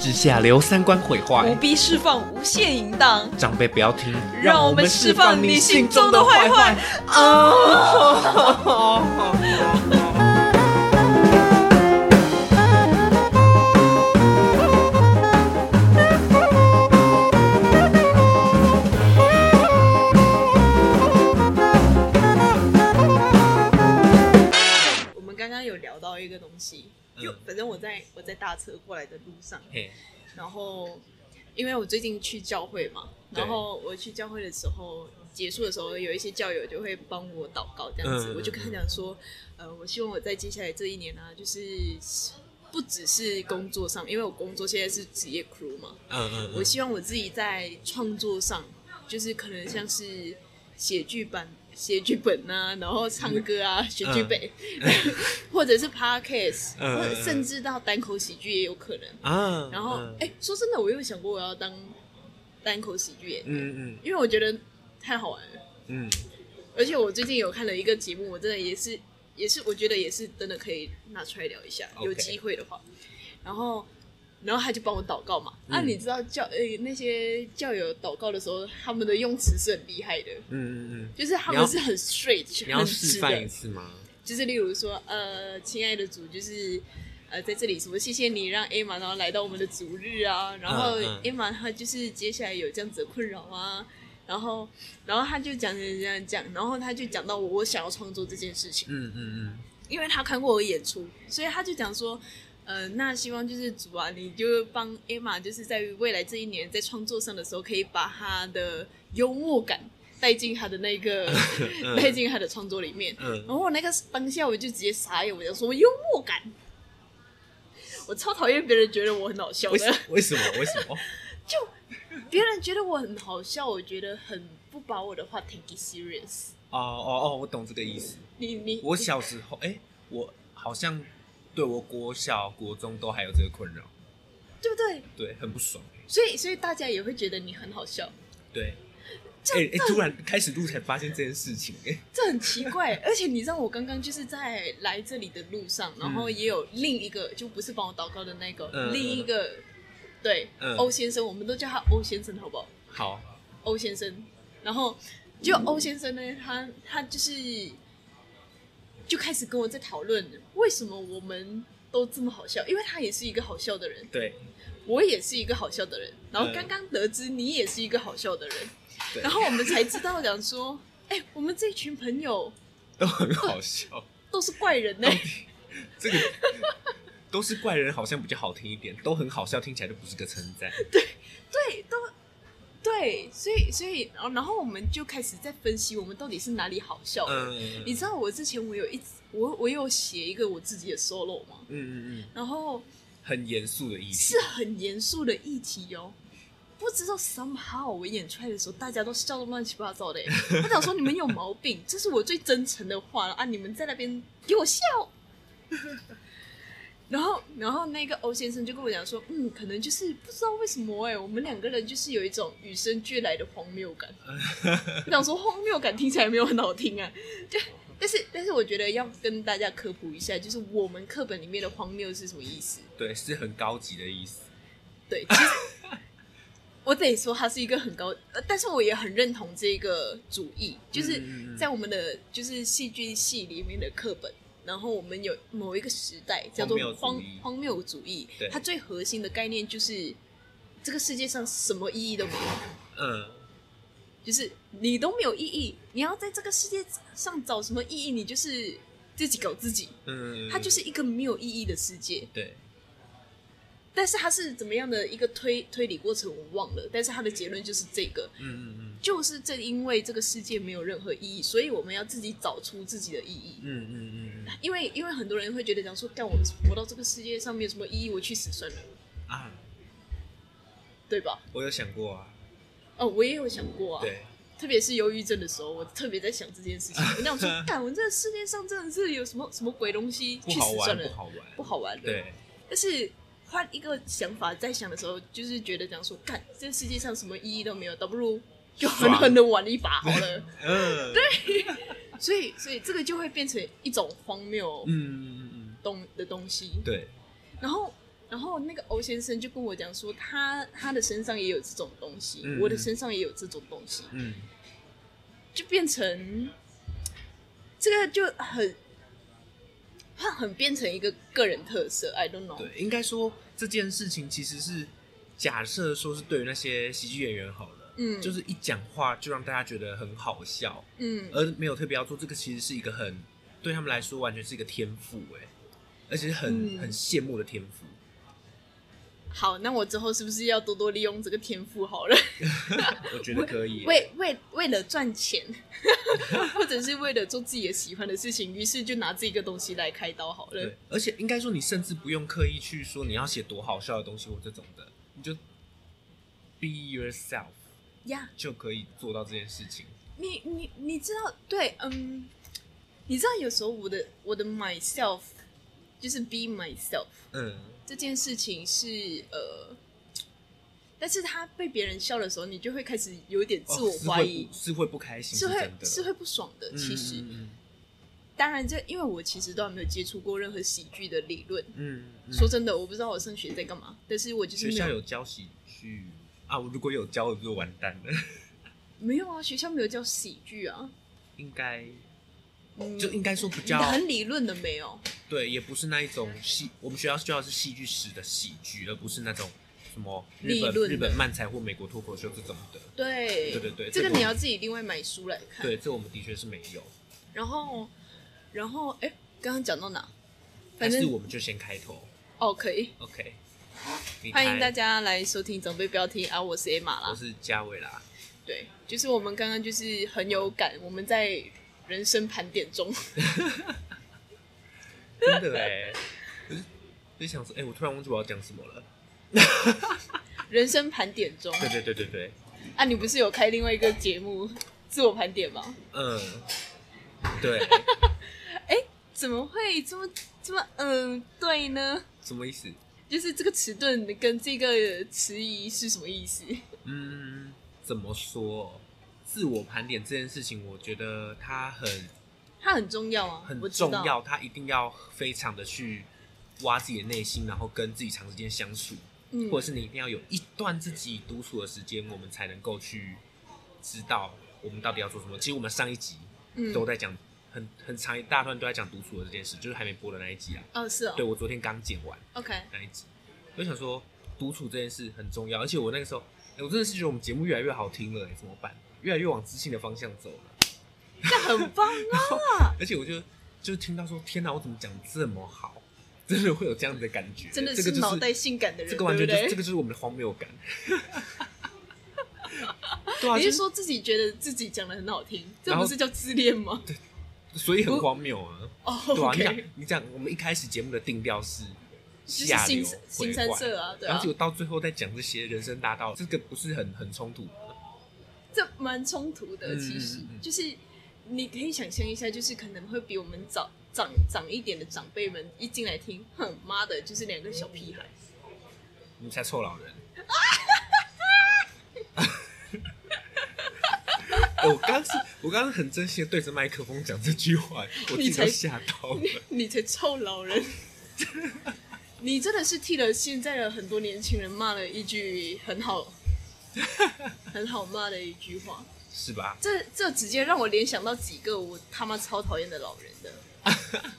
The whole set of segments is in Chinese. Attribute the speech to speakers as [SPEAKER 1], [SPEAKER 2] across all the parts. [SPEAKER 1] 之下留三观毁
[SPEAKER 2] 不
[SPEAKER 1] 坏。
[SPEAKER 2] 必释放无限淫荡，
[SPEAKER 1] 长辈不要听，
[SPEAKER 2] 让我们释放你心中的坏坏。我们刚刚有聊到一个东西，就
[SPEAKER 1] 嗯
[SPEAKER 2] 反正我在我在搭车过来的路上，
[SPEAKER 1] 嘿，
[SPEAKER 2] 然后因为我最近去教会嘛，
[SPEAKER 1] 对
[SPEAKER 2] 然后我去教会的时候，结束的时候有一些教友就会帮我祷告这样子，
[SPEAKER 1] 嗯
[SPEAKER 2] 我就跟他讲说，呃，我希望我在接下来这一年啊，就是不只是工作上，因为我工作现在是职业 crew 嘛，
[SPEAKER 1] 嗯嗯
[SPEAKER 2] 我
[SPEAKER 1] 嗯，
[SPEAKER 2] 希望我自己在创作上，就是可能像是写剧本、写剧本 啊，然后唱歌啊，写剧本， 或者是 podcast，、
[SPEAKER 1] 嗯
[SPEAKER 2] 或者甚至到单口喜剧也有可能。
[SPEAKER 1] 啊，
[SPEAKER 2] 然后，哎、
[SPEAKER 1] 嗯
[SPEAKER 2] 说真的，我有想过我要当单口喜剧演员，
[SPEAKER 1] 嗯
[SPEAKER 2] 因为我觉得太好玩了。
[SPEAKER 1] 嗯
[SPEAKER 2] 而且我最近有看了一个节目，我真的也是，也是，我觉得也是真的可以拿出来聊一下
[SPEAKER 1] OK
[SPEAKER 2] 有机会的话。然后，然后他就帮我祷告嘛。啊，
[SPEAKER 1] 嗯
[SPEAKER 2] 你知道教呃那些教友祷告的时候，他们的用词是很厉害的，
[SPEAKER 1] 嗯嗯嗯，
[SPEAKER 2] 就是他
[SPEAKER 1] 你要
[SPEAKER 2] 们是很 straight，
[SPEAKER 1] 你要
[SPEAKER 2] 很
[SPEAKER 1] 示
[SPEAKER 2] 直
[SPEAKER 1] 范一
[SPEAKER 2] 的，
[SPEAKER 1] 次吗？
[SPEAKER 2] 就是例如说，呃，亲爱的主，就是。呃，在这里什么？谢谢你让 Emma 然后来到我们的主日啊，然后
[SPEAKER 1] 嗯嗯
[SPEAKER 2] Emma 她就是接下来有这样子的困扰啊，然后然后他就讲讲讲讲，然后他就讲到我我想要创作这件事情，
[SPEAKER 1] 嗯嗯
[SPEAKER 2] 因为他看过我演出，所以他就讲说，呃，那希望就是主啊，你就帮 Emma，就是在未来这一年在创作上的时候，可以把他的幽默感带进他的那 个
[SPEAKER 1] 嗯
[SPEAKER 2] 带进他的创作里面。
[SPEAKER 1] 嗯
[SPEAKER 2] 然后我那个当下我就直接傻眼，我就说幽默感，我超讨厌别人觉得我很好笑
[SPEAKER 1] 嗯，为什
[SPEAKER 2] 的，
[SPEAKER 1] 为什么为什么？
[SPEAKER 2] 别人觉得我很好笑，我觉得很不把我的话 take it serious。
[SPEAKER 1] 哦哦哦，我懂这个意思。
[SPEAKER 2] 你你
[SPEAKER 1] 我小时候，哎、我好像对我国小、国中都还有这个困扰，
[SPEAKER 2] 对不对？
[SPEAKER 1] 对，很不爽。
[SPEAKER 2] 所以所以大家也会觉得你很好笑。
[SPEAKER 1] 对，哎哎、突然开始录才发现这件事情、哎，
[SPEAKER 2] 这很奇 怪，而且你知道，我刚刚就是在来这里的路上，然后也有另一个，就不是帮我祷告的那个，
[SPEAKER 1] 嗯
[SPEAKER 2] 另一个，对，
[SPEAKER 1] 嗯
[SPEAKER 2] 欧、先生，我们都叫他欧先生，好不好？
[SPEAKER 1] 好，
[SPEAKER 2] 欧先生，然后就欧先生呢，他他就是就开始跟我在讨论，为什么我们都这么好笑，因为他也是一个好笑的人，
[SPEAKER 1] 对
[SPEAKER 2] 我也是一个好笑的人，然后
[SPEAKER 1] 嗯
[SPEAKER 2] 刚刚得知你也是一个好笑的人，
[SPEAKER 1] 对
[SPEAKER 2] 然后我们才知道讲说，哎、我们这群朋友。
[SPEAKER 1] 都很好笑。
[SPEAKER 2] 都是怪人呢、
[SPEAKER 1] 这个都是怪人，好像比较好听一点，都很好笑，听起来就不是个称 赞。
[SPEAKER 2] 对，都对，所以所以然后然后我们就开始在分析我们到底是哪里好笑的。
[SPEAKER 1] 嗯，
[SPEAKER 2] 你知道我之前我有一直我我有写一个我自己的 solo 吗？
[SPEAKER 1] 嗯嗯嗯，
[SPEAKER 2] 然后
[SPEAKER 1] 很严肃的意思
[SPEAKER 2] 是。很严肃的议题哦。不知道 somehow 我演出来的时候，大家都笑得乱七八糟的耶。我想说你们有毛病， 这是我最真诚的话了啊！你们在那边给我笑。 然后，然后那个欧先生就跟我讲说，嗯，可能就是不知道为什么哎，我们两个人就是有一种与生俱来的荒谬感。我想说荒谬感听起来没有很好听啊，就但是但是我觉得要跟大家科普一下，就是我们课本里面的荒谬是什么意思。
[SPEAKER 1] 对，是很高级的意思。
[SPEAKER 2] 对，其实我得说它是一个很高，呃但是我也很认同这个主义，就是
[SPEAKER 1] 嗯嗯嗯
[SPEAKER 2] 在我们的就是戏剧系里面的课本。然后我们有某一个时代叫做
[SPEAKER 1] 荒谬
[SPEAKER 2] 荒
[SPEAKER 1] 主义
[SPEAKER 2] 荒谬主义
[SPEAKER 1] 对，
[SPEAKER 2] 它最核心的概念就是这个世界上什么意义都没有，
[SPEAKER 1] 嗯，
[SPEAKER 2] 就是你都没有意义，你要在这个世界上找什么意义，你就是自己搞自己，
[SPEAKER 1] 嗯，
[SPEAKER 2] 它就是一个没有意义的世界。
[SPEAKER 1] 对，
[SPEAKER 2] 但是它是怎么样的一个推推理过程我忘了，但是它的结论就是这个，
[SPEAKER 1] 嗯嗯
[SPEAKER 2] 就是正因为这个世界没有任何意义，所以我们要自己找出自己的意义
[SPEAKER 1] 嗯。嗯嗯嗯
[SPEAKER 2] 因为因为很多人会觉得讲说，干我活到这个世界上没有什么意义，我去死算了，
[SPEAKER 1] 嗯啊，
[SPEAKER 2] 对吧？
[SPEAKER 1] 我有想过啊，
[SPEAKER 2] 哦，我也有想过啊，
[SPEAKER 1] 对。
[SPEAKER 2] 特别是忧郁症的时候，我特别在想这件事情。我想说， 干我这个世界上真的是有什么什么鬼东西，
[SPEAKER 1] 不
[SPEAKER 2] 去
[SPEAKER 1] 好
[SPEAKER 2] 死算
[SPEAKER 1] 玩，
[SPEAKER 2] 了
[SPEAKER 1] 不，好玩，
[SPEAKER 2] 不好玩的。
[SPEAKER 1] 对，
[SPEAKER 2] 但是换一个想法在想的时候，就是觉得讲说，干这世界上什么意义都没有，倒不如就狠狠的玩一把好了。
[SPEAKER 1] 嗯，对，
[SPEAKER 2] 所以，所以这个就会变成一种荒谬
[SPEAKER 1] 嗯嗯嗯，
[SPEAKER 2] 东的东西。
[SPEAKER 1] 对，
[SPEAKER 2] 然后，然然后那个欧先生就跟我讲说，他他的身上也有这种东西，
[SPEAKER 1] 嗯
[SPEAKER 2] 我的身上也有这种东西，
[SPEAKER 1] 嗯，
[SPEAKER 2] 就变成这个就很，它很变成一个个人特色。I don't know。
[SPEAKER 1] 对，应该说这件事情其实是假设说是对于那些喜剧演员好了，
[SPEAKER 2] 嗯
[SPEAKER 1] 就是一讲话就让大家觉得很好笑，
[SPEAKER 2] 嗯，
[SPEAKER 1] 而没有特别要做这个，其实是一个很对他们来说完全是一个天赋哎，而且是很、
[SPEAKER 2] 嗯
[SPEAKER 1] 很羡慕的天赋。
[SPEAKER 2] 好，那我之后是不是要多多利用这个天赋好了？
[SPEAKER 1] 我觉得可 以，
[SPEAKER 2] 为为为了赚钱， 或者是为了做自己的喜欢的事情，于是就拿这个东西来开刀好了
[SPEAKER 1] 对。，而且应该说你甚至不用刻意去说你要写多好笑的东西或这种的，你就 be yourself
[SPEAKER 2] 呀
[SPEAKER 1] 就可以做到这件事情。
[SPEAKER 2] 你你你知道，对，嗯，你知道有时候我的我的 myself 就是 be myself
[SPEAKER 1] 嗯，
[SPEAKER 2] 这件事情是呃，但是他被别人笑的时候，你就会开始有点自我
[SPEAKER 1] 哦
[SPEAKER 2] 怀疑，
[SPEAKER 1] 是会不是会不开心，
[SPEAKER 2] 是会
[SPEAKER 1] 真的，
[SPEAKER 2] 是会不爽的。
[SPEAKER 1] 嗯，
[SPEAKER 2] 其实，
[SPEAKER 1] 嗯嗯
[SPEAKER 2] 当然这因为我其实都还没有接触过任何喜剧的理论，
[SPEAKER 1] 嗯，嗯
[SPEAKER 2] 说真的，我不知道我上学在干嘛，但是我就是
[SPEAKER 1] 学
[SPEAKER 2] 没
[SPEAKER 1] 校
[SPEAKER 2] 有
[SPEAKER 1] 有教喜剧啊，我如果有教，我就完蛋了，
[SPEAKER 2] 没有啊，学校没有教喜剧啊，
[SPEAKER 1] 应该
[SPEAKER 2] 嗯，
[SPEAKER 1] 就应该说不
[SPEAKER 2] 你的
[SPEAKER 1] 叫
[SPEAKER 2] 很理论的没有，
[SPEAKER 1] 对，也不是那一种戏，我们学校教的是戏剧史的喜剧，而不是那种什么日
[SPEAKER 2] 理论
[SPEAKER 1] 本
[SPEAKER 2] 的
[SPEAKER 1] 日本漫才或美国脱口秀这种的。
[SPEAKER 2] 对
[SPEAKER 1] 对对对
[SPEAKER 2] 这个
[SPEAKER 1] 这个
[SPEAKER 2] 你要自己另外买书来看。
[SPEAKER 1] 对，这我们的确是没有，
[SPEAKER 2] 然后，然后哎，刚刚讲到哪？
[SPEAKER 1] 但
[SPEAKER 2] 反
[SPEAKER 1] 是
[SPEAKER 2] 正
[SPEAKER 1] 我们就先开头
[SPEAKER 2] 哦，可以，
[SPEAKER 1] ，OK。你
[SPEAKER 2] 欢迎
[SPEAKER 1] 开
[SPEAKER 2] 大，家来收听《长辈不要听》啊，我是 A 玛
[SPEAKER 1] 我
[SPEAKER 2] 啦。
[SPEAKER 1] 是嘉伟 啦。
[SPEAKER 2] 对，就是我们刚刚就是很有感，我们在人生盘点中，
[SPEAKER 1] 真的哎，就想说，哎、我突然忘记我要讲什么了。
[SPEAKER 2] 人生盘点中
[SPEAKER 1] 对对对对对，
[SPEAKER 2] 啊，你不是有开另外一个节目自我盘点吗？
[SPEAKER 1] 嗯，对，
[SPEAKER 2] 怎么会这么这么嗯对呢？
[SPEAKER 1] 什么意思？
[SPEAKER 2] 就是这个迟钝跟这个迟疑是什么意思？
[SPEAKER 1] 嗯，怎么说？自我盘点这件事情，我觉得它很
[SPEAKER 2] 它很重要啊，
[SPEAKER 1] 很
[SPEAKER 2] 我知道
[SPEAKER 1] 重。要，他一定要非常的去挖自己的内心，然后跟自己长时间相处，
[SPEAKER 2] 嗯
[SPEAKER 1] 或者是你一定要有一段自己独处的时间，我们才能够去知道我们到底要做什么。其实我们上一集都
[SPEAKER 2] 嗯，
[SPEAKER 1] 在讲，很很长一大段都在讲独处的这件事，就是还没播的那一集啊。
[SPEAKER 2] 哦是哦
[SPEAKER 1] 对我昨天刚剪完
[SPEAKER 2] ，OK，
[SPEAKER 1] 那一集，我就想说独处这件事很重要，而且我那个时候，哎我真的是觉得我们节目越来越好听了、哎怎么办？越来越往知性的方向走了。
[SPEAKER 2] 这很棒 啊！
[SPEAKER 1] 而且我就就听到说，天哪，我怎么讲这么好？真的会有这样的感觉，
[SPEAKER 2] 真的
[SPEAKER 1] 这
[SPEAKER 2] 是
[SPEAKER 1] 个
[SPEAKER 2] 脑
[SPEAKER 1] 就
[SPEAKER 2] 袋
[SPEAKER 1] 是
[SPEAKER 2] 性感的人，
[SPEAKER 1] 这个完全就是
[SPEAKER 2] 对
[SPEAKER 1] 这
[SPEAKER 2] 不
[SPEAKER 1] 个就是我们的荒谬 感。对啊，
[SPEAKER 2] 对？你
[SPEAKER 1] 就是
[SPEAKER 2] 说自己觉得自己讲的很好听，这
[SPEAKER 1] 然后
[SPEAKER 2] 不是叫自恋吗？
[SPEAKER 1] 所以很荒谬 啊，
[SPEAKER 2] 哦
[SPEAKER 1] 对啊，你
[SPEAKER 2] ，OK，
[SPEAKER 1] 讲你讲，我们一开始节目的定调是
[SPEAKER 2] 就是
[SPEAKER 1] 下
[SPEAKER 2] 新
[SPEAKER 1] 流
[SPEAKER 2] 新三色啊，对
[SPEAKER 1] 然
[SPEAKER 2] 啊
[SPEAKER 1] 后结，果到最后再讲这些人生大道，这个不是很很冲突吗？
[SPEAKER 2] 这蛮冲突的。
[SPEAKER 1] 嗯
[SPEAKER 2] 其
[SPEAKER 1] 嗯
[SPEAKER 2] 实
[SPEAKER 1] 嗯嗯
[SPEAKER 2] 就是你可以想象一下，就是可能会比我们早长长一点的长辈们一进来听，哼，妈的，就是两个小屁孩。
[SPEAKER 1] 你才臭老人。 哎我刚是，我刚刚很真心的对着麦克风讲这句话，我自己都吓到了。
[SPEAKER 2] 你才臭 老人！你真的是替了现在的很多年轻人骂了一句很 好、很好骂的一句话。
[SPEAKER 1] 是吧？
[SPEAKER 2] 这这直接让我联想到几个我他妈超讨厌的老人的。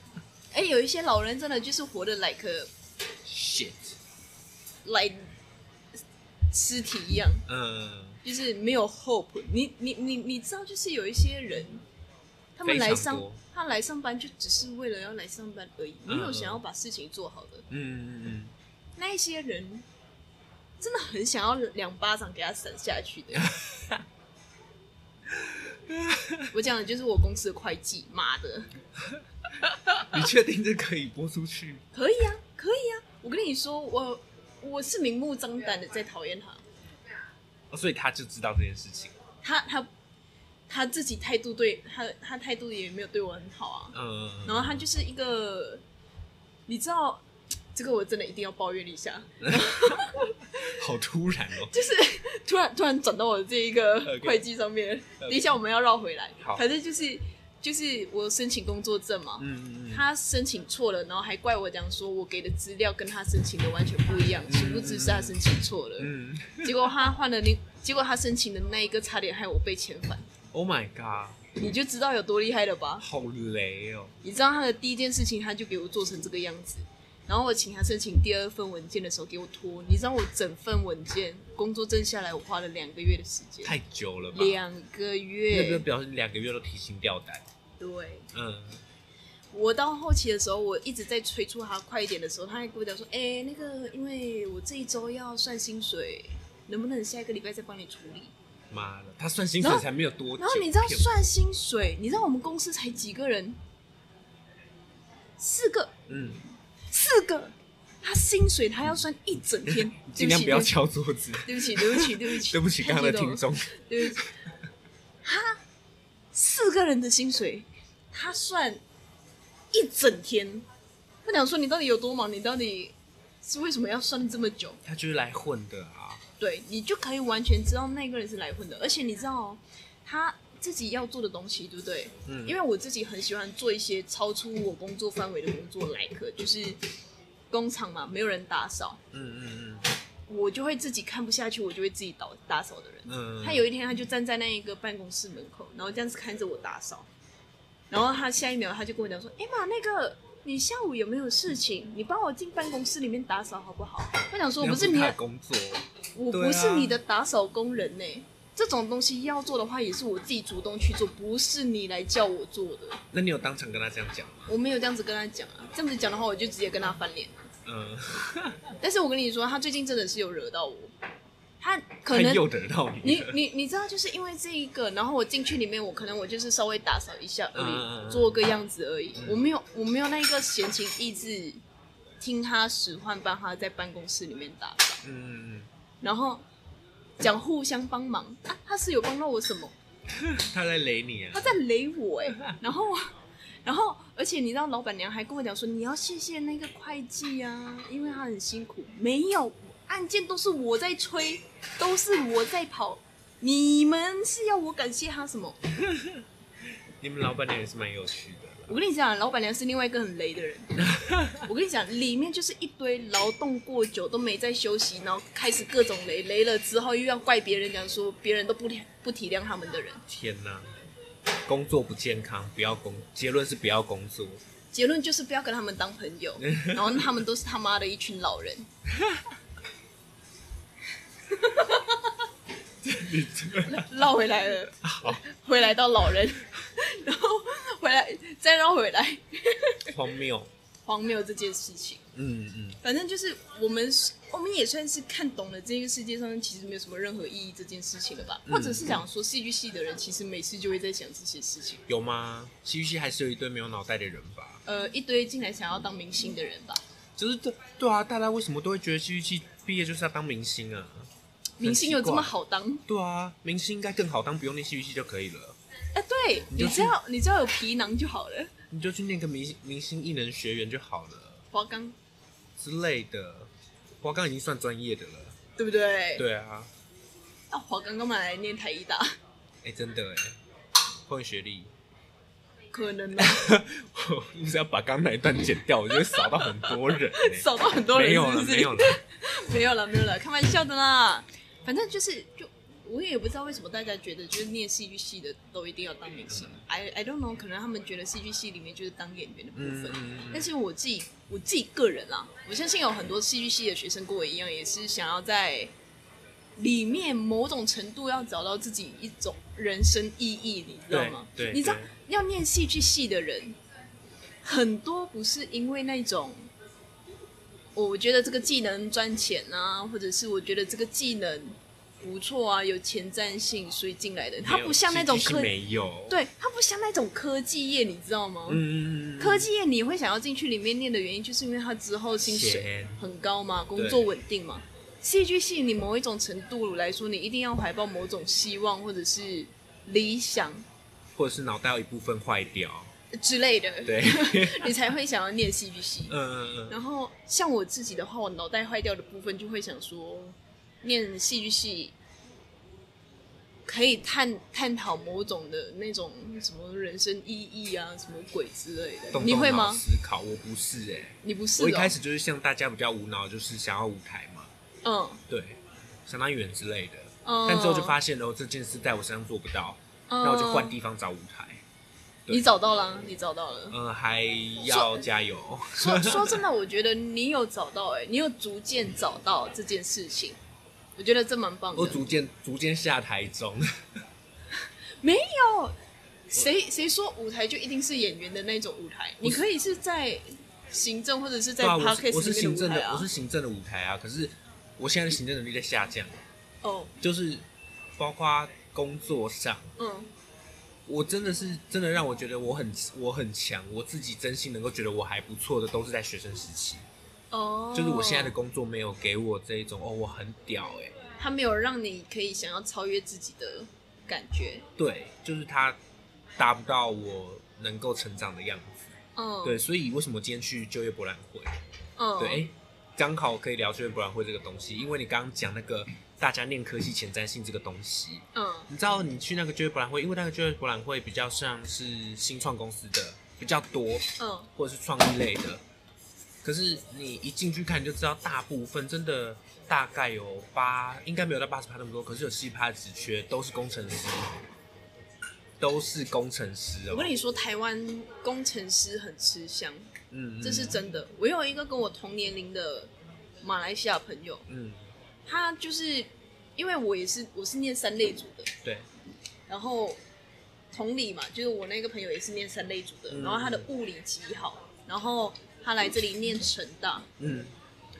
[SPEAKER 2] 哎、有一些老人真的就是活的 like a-
[SPEAKER 1] shit，
[SPEAKER 2] like 尸体一样，
[SPEAKER 1] 嗯，
[SPEAKER 2] 就是没有 hope 你。你你你知道，就是有一些人，他们来
[SPEAKER 1] 非常
[SPEAKER 2] 上
[SPEAKER 1] 多
[SPEAKER 2] 他来上班就只是为了要来上班而已，没有
[SPEAKER 1] 嗯
[SPEAKER 2] 想要把事情做好的。
[SPEAKER 1] 嗯嗯嗯，
[SPEAKER 2] 那一些人真的很想要两巴掌给他闪下去的。 我讲的就是我公司的会计，妈的，
[SPEAKER 1] 你确定这可以播出去？
[SPEAKER 2] 可以啊，可以啊！我跟你说，我我是明目张胆的在讨厌他，
[SPEAKER 1] 哦所以他就知道这件事情。
[SPEAKER 2] 他他他自己态度对他他态度也没有对我很好啊，
[SPEAKER 1] 嗯，
[SPEAKER 2] 然后他就是一个，你知道，这个我真的一定要抱怨 一下，
[SPEAKER 1] 好突然哦。
[SPEAKER 2] 就是突然突然转到我这一个
[SPEAKER 1] OK
[SPEAKER 2] 会计上面
[SPEAKER 1] OK
[SPEAKER 2] 等一下我们要绕回来。
[SPEAKER 1] 好
[SPEAKER 2] 反正就是就是我申请工作证嘛，
[SPEAKER 1] 嗯嗯嗯，
[SPEAKER 2] 他申请错了，然后还怪我讲说我给的资料跟他申请的完全不一样，殊不知是他申请错了。
[SPEAKER 1] 嗯
[SPEAKER 2] 结果他换了另，结果他申请的那一个差点害我被遣返，
[SPEAKER 1] ，Oh my god，
[SPEAKER 2] 你就知道有多厉害了吧？
[SPEAKER 1] 好雷哦，
[SPEAKER 2] 你知道他的第一件事情，他就给我做成这个样子。然后我请他申请第二份文件的时候给我拖，你知道我整份文件工作证下来，我花了两个月的时间，
[SPEAKER 1] 太久了吧？
[SPEAKER 2] 两个
[SPEAKER 1] 那不就
[SPEAKER 2] 月。
[SPEAKER 1] 表示你两个月都提心吊胆？
[SPEAKER 2] 对，
[SPEAKER 1] 嗯，
[SPEAKER 2] 我到后期的时候，我一直在催促他快一点的时候，他还跟我讲说：“哎、那个，因为我这一周要算薪水，能不能下一个礼拜再帮你处理？”
[SPEAKER 1] 妈的，他算薪水才没有多久，
[SPEAKER 2] 然后你知道
[SPEAKER 1] 骗我
[SPEAKER 2] 算薪水，你知道我们公司才几个人？四个，
[SPEAKER 1] 嗯，
[SPEAKER 2] 四个，他薪水他要算一整 天
[SPEAKER 1] 你，
[SPEAKER 2] 对
[SPEAKER 1] 尽
[SPEAKER 2] 不
[SPEAKER 1] 量
[SPEAKER 2] 起，
[SPEAKER 1] 不要
[SPEAKER 2] 对不起
[SPEAKER 1] 敲桌子。
[SPEAKER 2] 对不起，对不起，对不起，
[SPEAKER 1] 对不起，刚刚的听，众，
[SPEAKER 2] 对不起，哈，四个人的薪水，他算一整天。我想说，你到底有多忙？你到底是为什么要算这么久？
[SPEAKER 1] 他就是来混的啊。
[SPEAKER 2] 对你就可以完全知道那个人是来混的，而且你知道哦他自己要做的东西，对不对？
[SPEAKER 1] 嗯
[SPEAKER 2] 因为我自己很喜欢做一些超出我工作范围的工作来客， 就是工厂嘛，没有人打扫，
[SPEAKER 1] 嗯嗯
[SPEAKER 2] 我就会自己看不下去，我就会自己打打扫的人。
[SPEAKER 1] 嗯嗯，
[SPEAKER 2] 他有一天，他就站在那一个办公室门口，然后这样子看着我打扫，然后他下一秒他就跟我讲说：“哎、妈，那个你下午有没有事情？你帮我进办公室里面打扫好不好？”我想说，我不是你
[SPEAKER 1] 你
[SPEAKER 2] 的
[SPEAKER 1] 的工作，
[SPEAKER 2] 我
[SPEAKER 1] 对啊
[SPEAKER 2] 不是你的打扫工人呢、这种东西要做的话，也是我自己主动去做，不是你来叫我做的。
[SPEAKER 1] 那你有当场跟他这样讲吗？
[SPEAKER 2] 我没有这样子跟他讲啊，这样子讲的话，我就直接跟他翻脸。
[SPEAKER 1] 嗯，
[SPEAKER 2] 但是我跟你说，他最近真的是有惹到我，他可
[SPEAKER 1] 他
[SPEAKER 2] 能
[SPEAKER 1] 又惹到你
[SPEAKER 2] 你
[SPEAKER 1] 了，
[SPEAKER 2] 你你知道，就是因为这一个，然后我进去里面，我可能我就是稍微打扫一下而已，
[SPEAKER 1] 嗯嗯嗯
[SPEAKER 2] 做个样子而已，
[SPEAKER 1] 嗯
[SPEAKER 2] 我没有我没有那一个闲情逸致听他使唤，帮他在办公室里面打扫。
[SPEAKER 1] 嗯，嗯
[SPEAKER 2] 然后讲互相帮忙啊，他是有帮到我什么？
[SPEAKER 1] 嗯他在雷你啊
[SPEAKER 2] 他。在雷我哎、然后我然后而且你知道，老板娘还跟我讲说你要谢谢那个会计啊，因为他很辛苦。没有案件都是我在催，都是我在跑，你们是要我感谢他什么？
[SPEAKER 1] 你们老板娘也是蛮有趣的啦。
[SPEAKER 2] 我跟你讲，老板娘是另外一个很雷的人。我跟你讲，里面就是一堆劳动过久都没在休息，然后开始各种雷，雷了之后又要怪别人，讲说别人都不体不体谅他们的人。
[SPEAKER 1] 天哪、工作不健康，不要工，结论是不要工作。
[SPEAKER 2] 结论就是不要跟他们当朋友，然后他们都是他妈的一群老人。绕回来了，
[SPEAKER 1] 好，
[SPEAKER 2] 回来到老人， 然后回来再绕回来
[SPEAKER 1] 荒谬。
[SPEAKER 2] 荒谬这件事情。
[SPEAKER 1] 嗯嗯，
[SPEAKER 2] 反正就是我们是，我们也算是看懂了这个世界上其实没有什么任何意义这件事情了
[SPEAKER 1] 嗯
[SPEAKER 2] 吧？或者是想说戏剧系的人其实每次就会在想这些事情，
[SPEAKER 1] 有吗？戏剧系还是有一堆没有脑袋的人吧？
[SPEAKER 2] 呃，一堆进来想要当明星的人吧，
[SPEAKER 1] 就是对对啊，大家为什么都会觉得戏剧系毕业就是要当明星啊？
[SPEAKER 2] 明星有这么
[SPEAKER 1] 很奇怪
[SPEAKER 2] 好当？
[SPEAKER 1] 对啊，明星应该更好当，不用念戏剧系就可以了。
[SPEAKER 2] 哎、对，
[SPEAKER 1] 你就
[SPEAKER 2] 你只要你只要有皮囊就好了。
[SPEAKER 1] 你就去念个明星明星艺能学员就好了
[SPEAKER 2] 华冈，
[SPEAKER 1] 之类的。华冈已经算专业的了。
[SPEAKER 2] 对不对？。
[SPEAKER 1] 对啊，
[SPEAKER 2] 那华冈干嘛来念台医大？
[SPEAKER 1] 哎、真的哎、混学历。
[SPEAKER 2] 可能啊呢，
[SPEAKER 1] 你只要把刚刚那一段剪掉，我就会扫到很多 人、欸。
[SPEAKER 2] 少到很多人
[SPEAKER 1] 没
[SPEAKER 2] 是
[SPEAKER 1] 有
[SPEAKER 2] 不
[SPEAKER 1] 了，
[SPEAKER 2] 是？
[SPEAKER 1] 没有了。
[SPEAKER 2] 没有了，没有了，开玩笑的啦。反正就是，就我也不知道为什么大家觉得，就是念戏剧系的都一定要当明星。I I don't know，可能他们觉得戏剧系里面就是当演员的部
[SPEAKER 1] 嗯
[SPEAKER 2] 分。
[SPEAKER 1] 嗯
[SPEAKER 2] 但
[SPEAKER 1] 嗯
[SPEAKER 2] 是我自己我自己个人啦，我相信有很多戏剧系的学生跟我一样，也是想要在里面某种程度要找到自己一种人生意义，你知道吗？
[SPEAKER 1] 对对
[SPEAKER 2] 你知道
[SPEAKER 1] 对
[SPEAKER 2] 要念戏剧系的人，很多不是因为那种。我觉得这个技能赚钱啊，或者是我觉得这个技能不错啊，有前瞻性，所以进来的。
[SPEAKER 1] 嗯。
[SPEAKER 2] 他不像那种
[SPEAKER 1] 戏剧系
[SPEAKER 2] 科，
[SPEAKER 1] 没有。。
[SPEAKER 2] 对他不像那种科技业，你知道吗？
[SPEAKER 1] 嗯嗯嗯嗯。
[SPEAKER 2] 科技业你会想要进去里面念的原因，就是因为它之后薪水
[SPEAKER 1] 钱
[SPEAKER 2] 很高嘛，工作稳定嘛。戏剧系你某一种程度来说，你一定要怀抱某种希望或者是理想
[SPEAKER 1] 或者是脑袋有一部分坏掉。
[SPEAKER 2] 之类的，
[SPEAKER 1] 对。
[SPEAKER 2] 你才会想要念戏剧系
[SPEAKER 1] 嗯。嗯嗯。
[SPEAKER 2] 然后像我自己的话，我脑袋坏掉的部分就会想说，念戏剧系可以探探讨某种的那种什么人生意义啊，什么鬼之类的。
[SPEAKER 1] 动
[SPEAKER 2] 你
[SPEAKER 1] 动
[SPEAKER 2] 会
[SPEAKER 1] 脑
[SPEAKER 2] 吗？
[SPEAKER 1] 思考，我不是哎、
[SPEAKER 2] 你不是、哦？
[SPEAKER 1] 我一开始就是像大家比较无脑，就是想要舞台嘛，
[SPEAKER 2] 嗯
[SPEAKER 1] 对，想当演员之类的。
[SPEAKER 2] 嗯，
[SPEAKER 1] 但之后就发现哦，这件事在我身上做不到，
[SPEAKER 2] 嗯，
[SPEAKER 1] 那我就换地方找舞台。对
[SPEAKER 2] 你找到了，你找到 了。
[SPEAKER 1] 嗯，还要加油。
[SPEAKER 2] 说说真的，我觉得你有找到哎、你有逐渐找到这件事情，我觉得这蛮棒 的。
[SPEAKER 1] 我逐渐逐渐下台中，
[SPEAKER 2] 没有，谁谁说舞台就一定是演员的那种舞台？你可以是在行政或者是在
[SPEAKER 1] 对啊，我
[SPEAKER 2] podcast
[SPEAKER 1] 是我是
[SPEAKER 2] 里
[SPEAKER 1] 行
[SPEAKER 2] 面舞
[SPEAKER 1] 政
[SPEAKER 2] 台
[SPEAKER 1] 的，
[SPEAKER 2] 啊。
[SPEAKER 1] 我是行政的舞台啊。可是我现在的行政能力在下降，
[SPEAKER 2] 哦，
[SPEAKER 1] 就是包括工作上，
[SPEAKER 2] 嗯
[SPEAKER 1] 我真的是真的让我觉得我很我很强，我自己真心能够觉得我还不错的，都是在学生时期。
[SPEAKER 2] 哦，
[SPEAKER 1] 就是我现在的工作没有给我这一种哦，我很屌哎、
[SPEAKER 2] 他没有让你可以想要超越自己的感觉。
[SPEAKER 1] 对，就是他达不到我能够成长的样子。
[SPEAKER 2] 嗯，
[SPEAKER 1] 对，，所以为什么今天去就业博览会？
[SPEAKER 2] 嗯，
[SPEAKER 1] 对，哎、，刚好可以聊就业博览会这个东西，因为你刚刚讲那个大家念科系前瞻性这个东西，
[SPEAKER 2] 嗯
[SPEAKER 1] 你知道你去那个就业博览会，因为那个就业博览会比较像是新创公司的比较多，
[SPEAKER 2] 嗯
[SPEAKER 1] 或者是创意类的。可是你一进去看，你就知道大部分真的大概有八，应该没有到八十趴那么多，可是有七趴职缺都是工程师，都是工程师哦。
[SPEAKER 2] 我跟你说，台湾工程师很吃香，
[SPEAKER 1] 嗯，嗯
[SPEAKER 2] 这是真的。我有一个跟我同年龄的马来西亚朋友，
[SPEAKER 1] 嗯，
[SPEAKER 2] 他就是因为我也是我是念三类组的，
[SPEAKER 1] 对，
[SPEAKER 2] 然后同理嘛，就是我那个朋友也是念三类组的，
[SPEAKER 1] 嗯
[SPEAKER 2] 然后他的物理极好，然后他来这里念成大，
[SPEAKER 1] 嗯，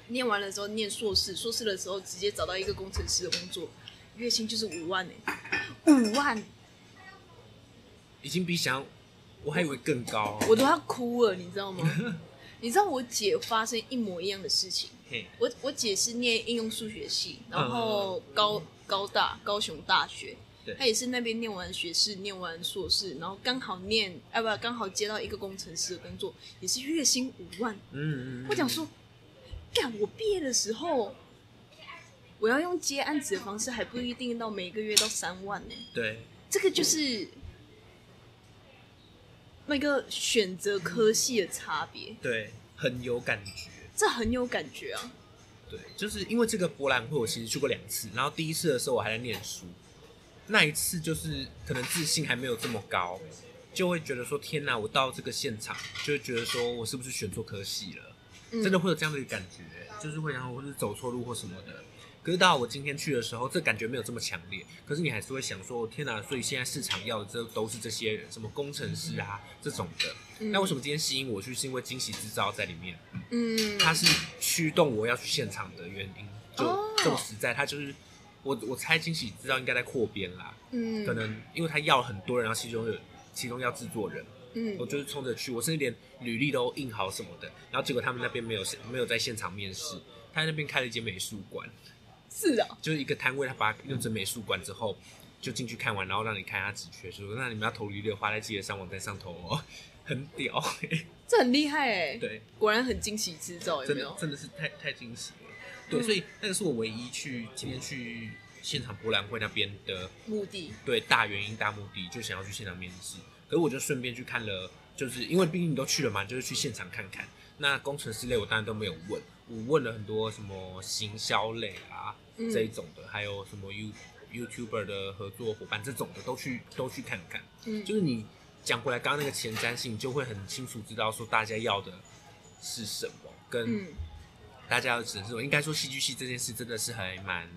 [SPEAKER 2] 念完了之后念硕士，硕士的时候直接找到一个工程师的工作，月薪就是五万哎、五万，
[SPEAKER 1] 已经比想，我还以为更高、哦。
[SPEAKER 2] 我都要哭了，你知道 吗？你知道我姐发生一模一样的事情，
[SPEAKER 1] 嘿，
[SPEAKER 2] 我我姐是念应用数学系，
[SPEAKER 1] 嗯
[SPEAKER 2] 然后高、高大高雄大学
[SPEAKER 1] 对，
[SPEAKER 2] 她也是那边念完学士，念完硕士，然后刚好念，哎不，刚好接到一个工程师的工作，也是月薪五万。
[SPEAKER 1] 嗯嗯，嗯
[SPEAKER 2] 我讲，说，干我毕业的时候，我要用接案子的方式，还不一定到每个月到三万呢、
[SPEAKER 1] 对，
[SPEAKER 2] 这个就是那个选择科系的差别，
[SPEAKER 1] 对，很有感觉。
[SPEAKER 2] 这很有感觉啊。
[SPEAKER 1] 对，就是因为这个博览会，我其实去过两次。然后第一次的时候我还在念书，那一次就是可能自信还没有这么高，就会觉得说天哪，我到这个现场就会觉得说我是不是选错科系了？
[SPEAKER 2] 嗯
[SPEAKER 1] 真的会有这样的感觉，就是会然后或是走错路或什么的。可是到我今天去的时候，这感觉没有这么强烈。可是你还是会想说，天哪！所以现在市场要的这都是这些人，什么工程师啊这种的。
[SPEAKER 2] 嗯
[SPEAKER 1] 那为什么今天吸引我去？是因为惊喜制造在里面。
[SPEAKER 2] 嗯，
[SPEAKER 1] 它是驱动我要去现场的原因，就
[SPEAKER 2] 哦
[SPEAKER 1] 这么实在。它就是我我猜惊喜知道应该在扩编啦，
[SPEAKER 2] 嗯
[SPEAKER 1] 可能因为他要很多人，然后其中有其中要制作人，
[SPEAKER 2] 嗯
[SPEAKER 1] 我就是冲着去，我甚至连履历都印好什么的，然后结果他们那边没有没有在现场面试，他在那边开了一间美术馆，
[SPEAKER 2] 是啊，
[SPEAKER 1] 就是一个摊位，他把它弄成美术馆之后。就进去看完，然后让你看他职缺，说那你们要投履历的话，在自己的上网站上投哦， 很屌、欸
[SPEAKER 2] 这很厉害哎、
[SPEAKER 1] 对，
[SPEAKER 2] 果然很惊喜制造，有
[SPEAKER 1] 真
[SPEAKER 2] 没
[SPEAKER 1] 的
[SPEAKER 2] 有？
[SPEAKER 1] 真的是太太惊喜了。对，
[SPEAKER 2] 嗯
[SPEAKER 1] 所以那个是我唯一去今天去现场博览会那边的
[SPEAKER 2] 目的，
[SPEAKER 1] 对大原因大目的，就想要去现场面试。可是我就顺便去看了，就是因为毕竟你都去了嘛，就是去现场看看。那工程师类我当然都没有问，我问了很多什么行销类啊、
[SPEAKER 2] 嗯
[SPEAKER 1] 这一种的，还有什么 You YouTuber 的合作伙伴这种的都去都去看看。
[SPEAKER 2] 嗯，
[SPEAKER 1] 就是你讲回来刚刚那个前瞻性，你就会很清楚知道说大家要的是什么，跟
[SPEAKER 2] 嗯
[SPEAKER 1] 大家要的是什么。应该说戏剧系这件事真的是还蛮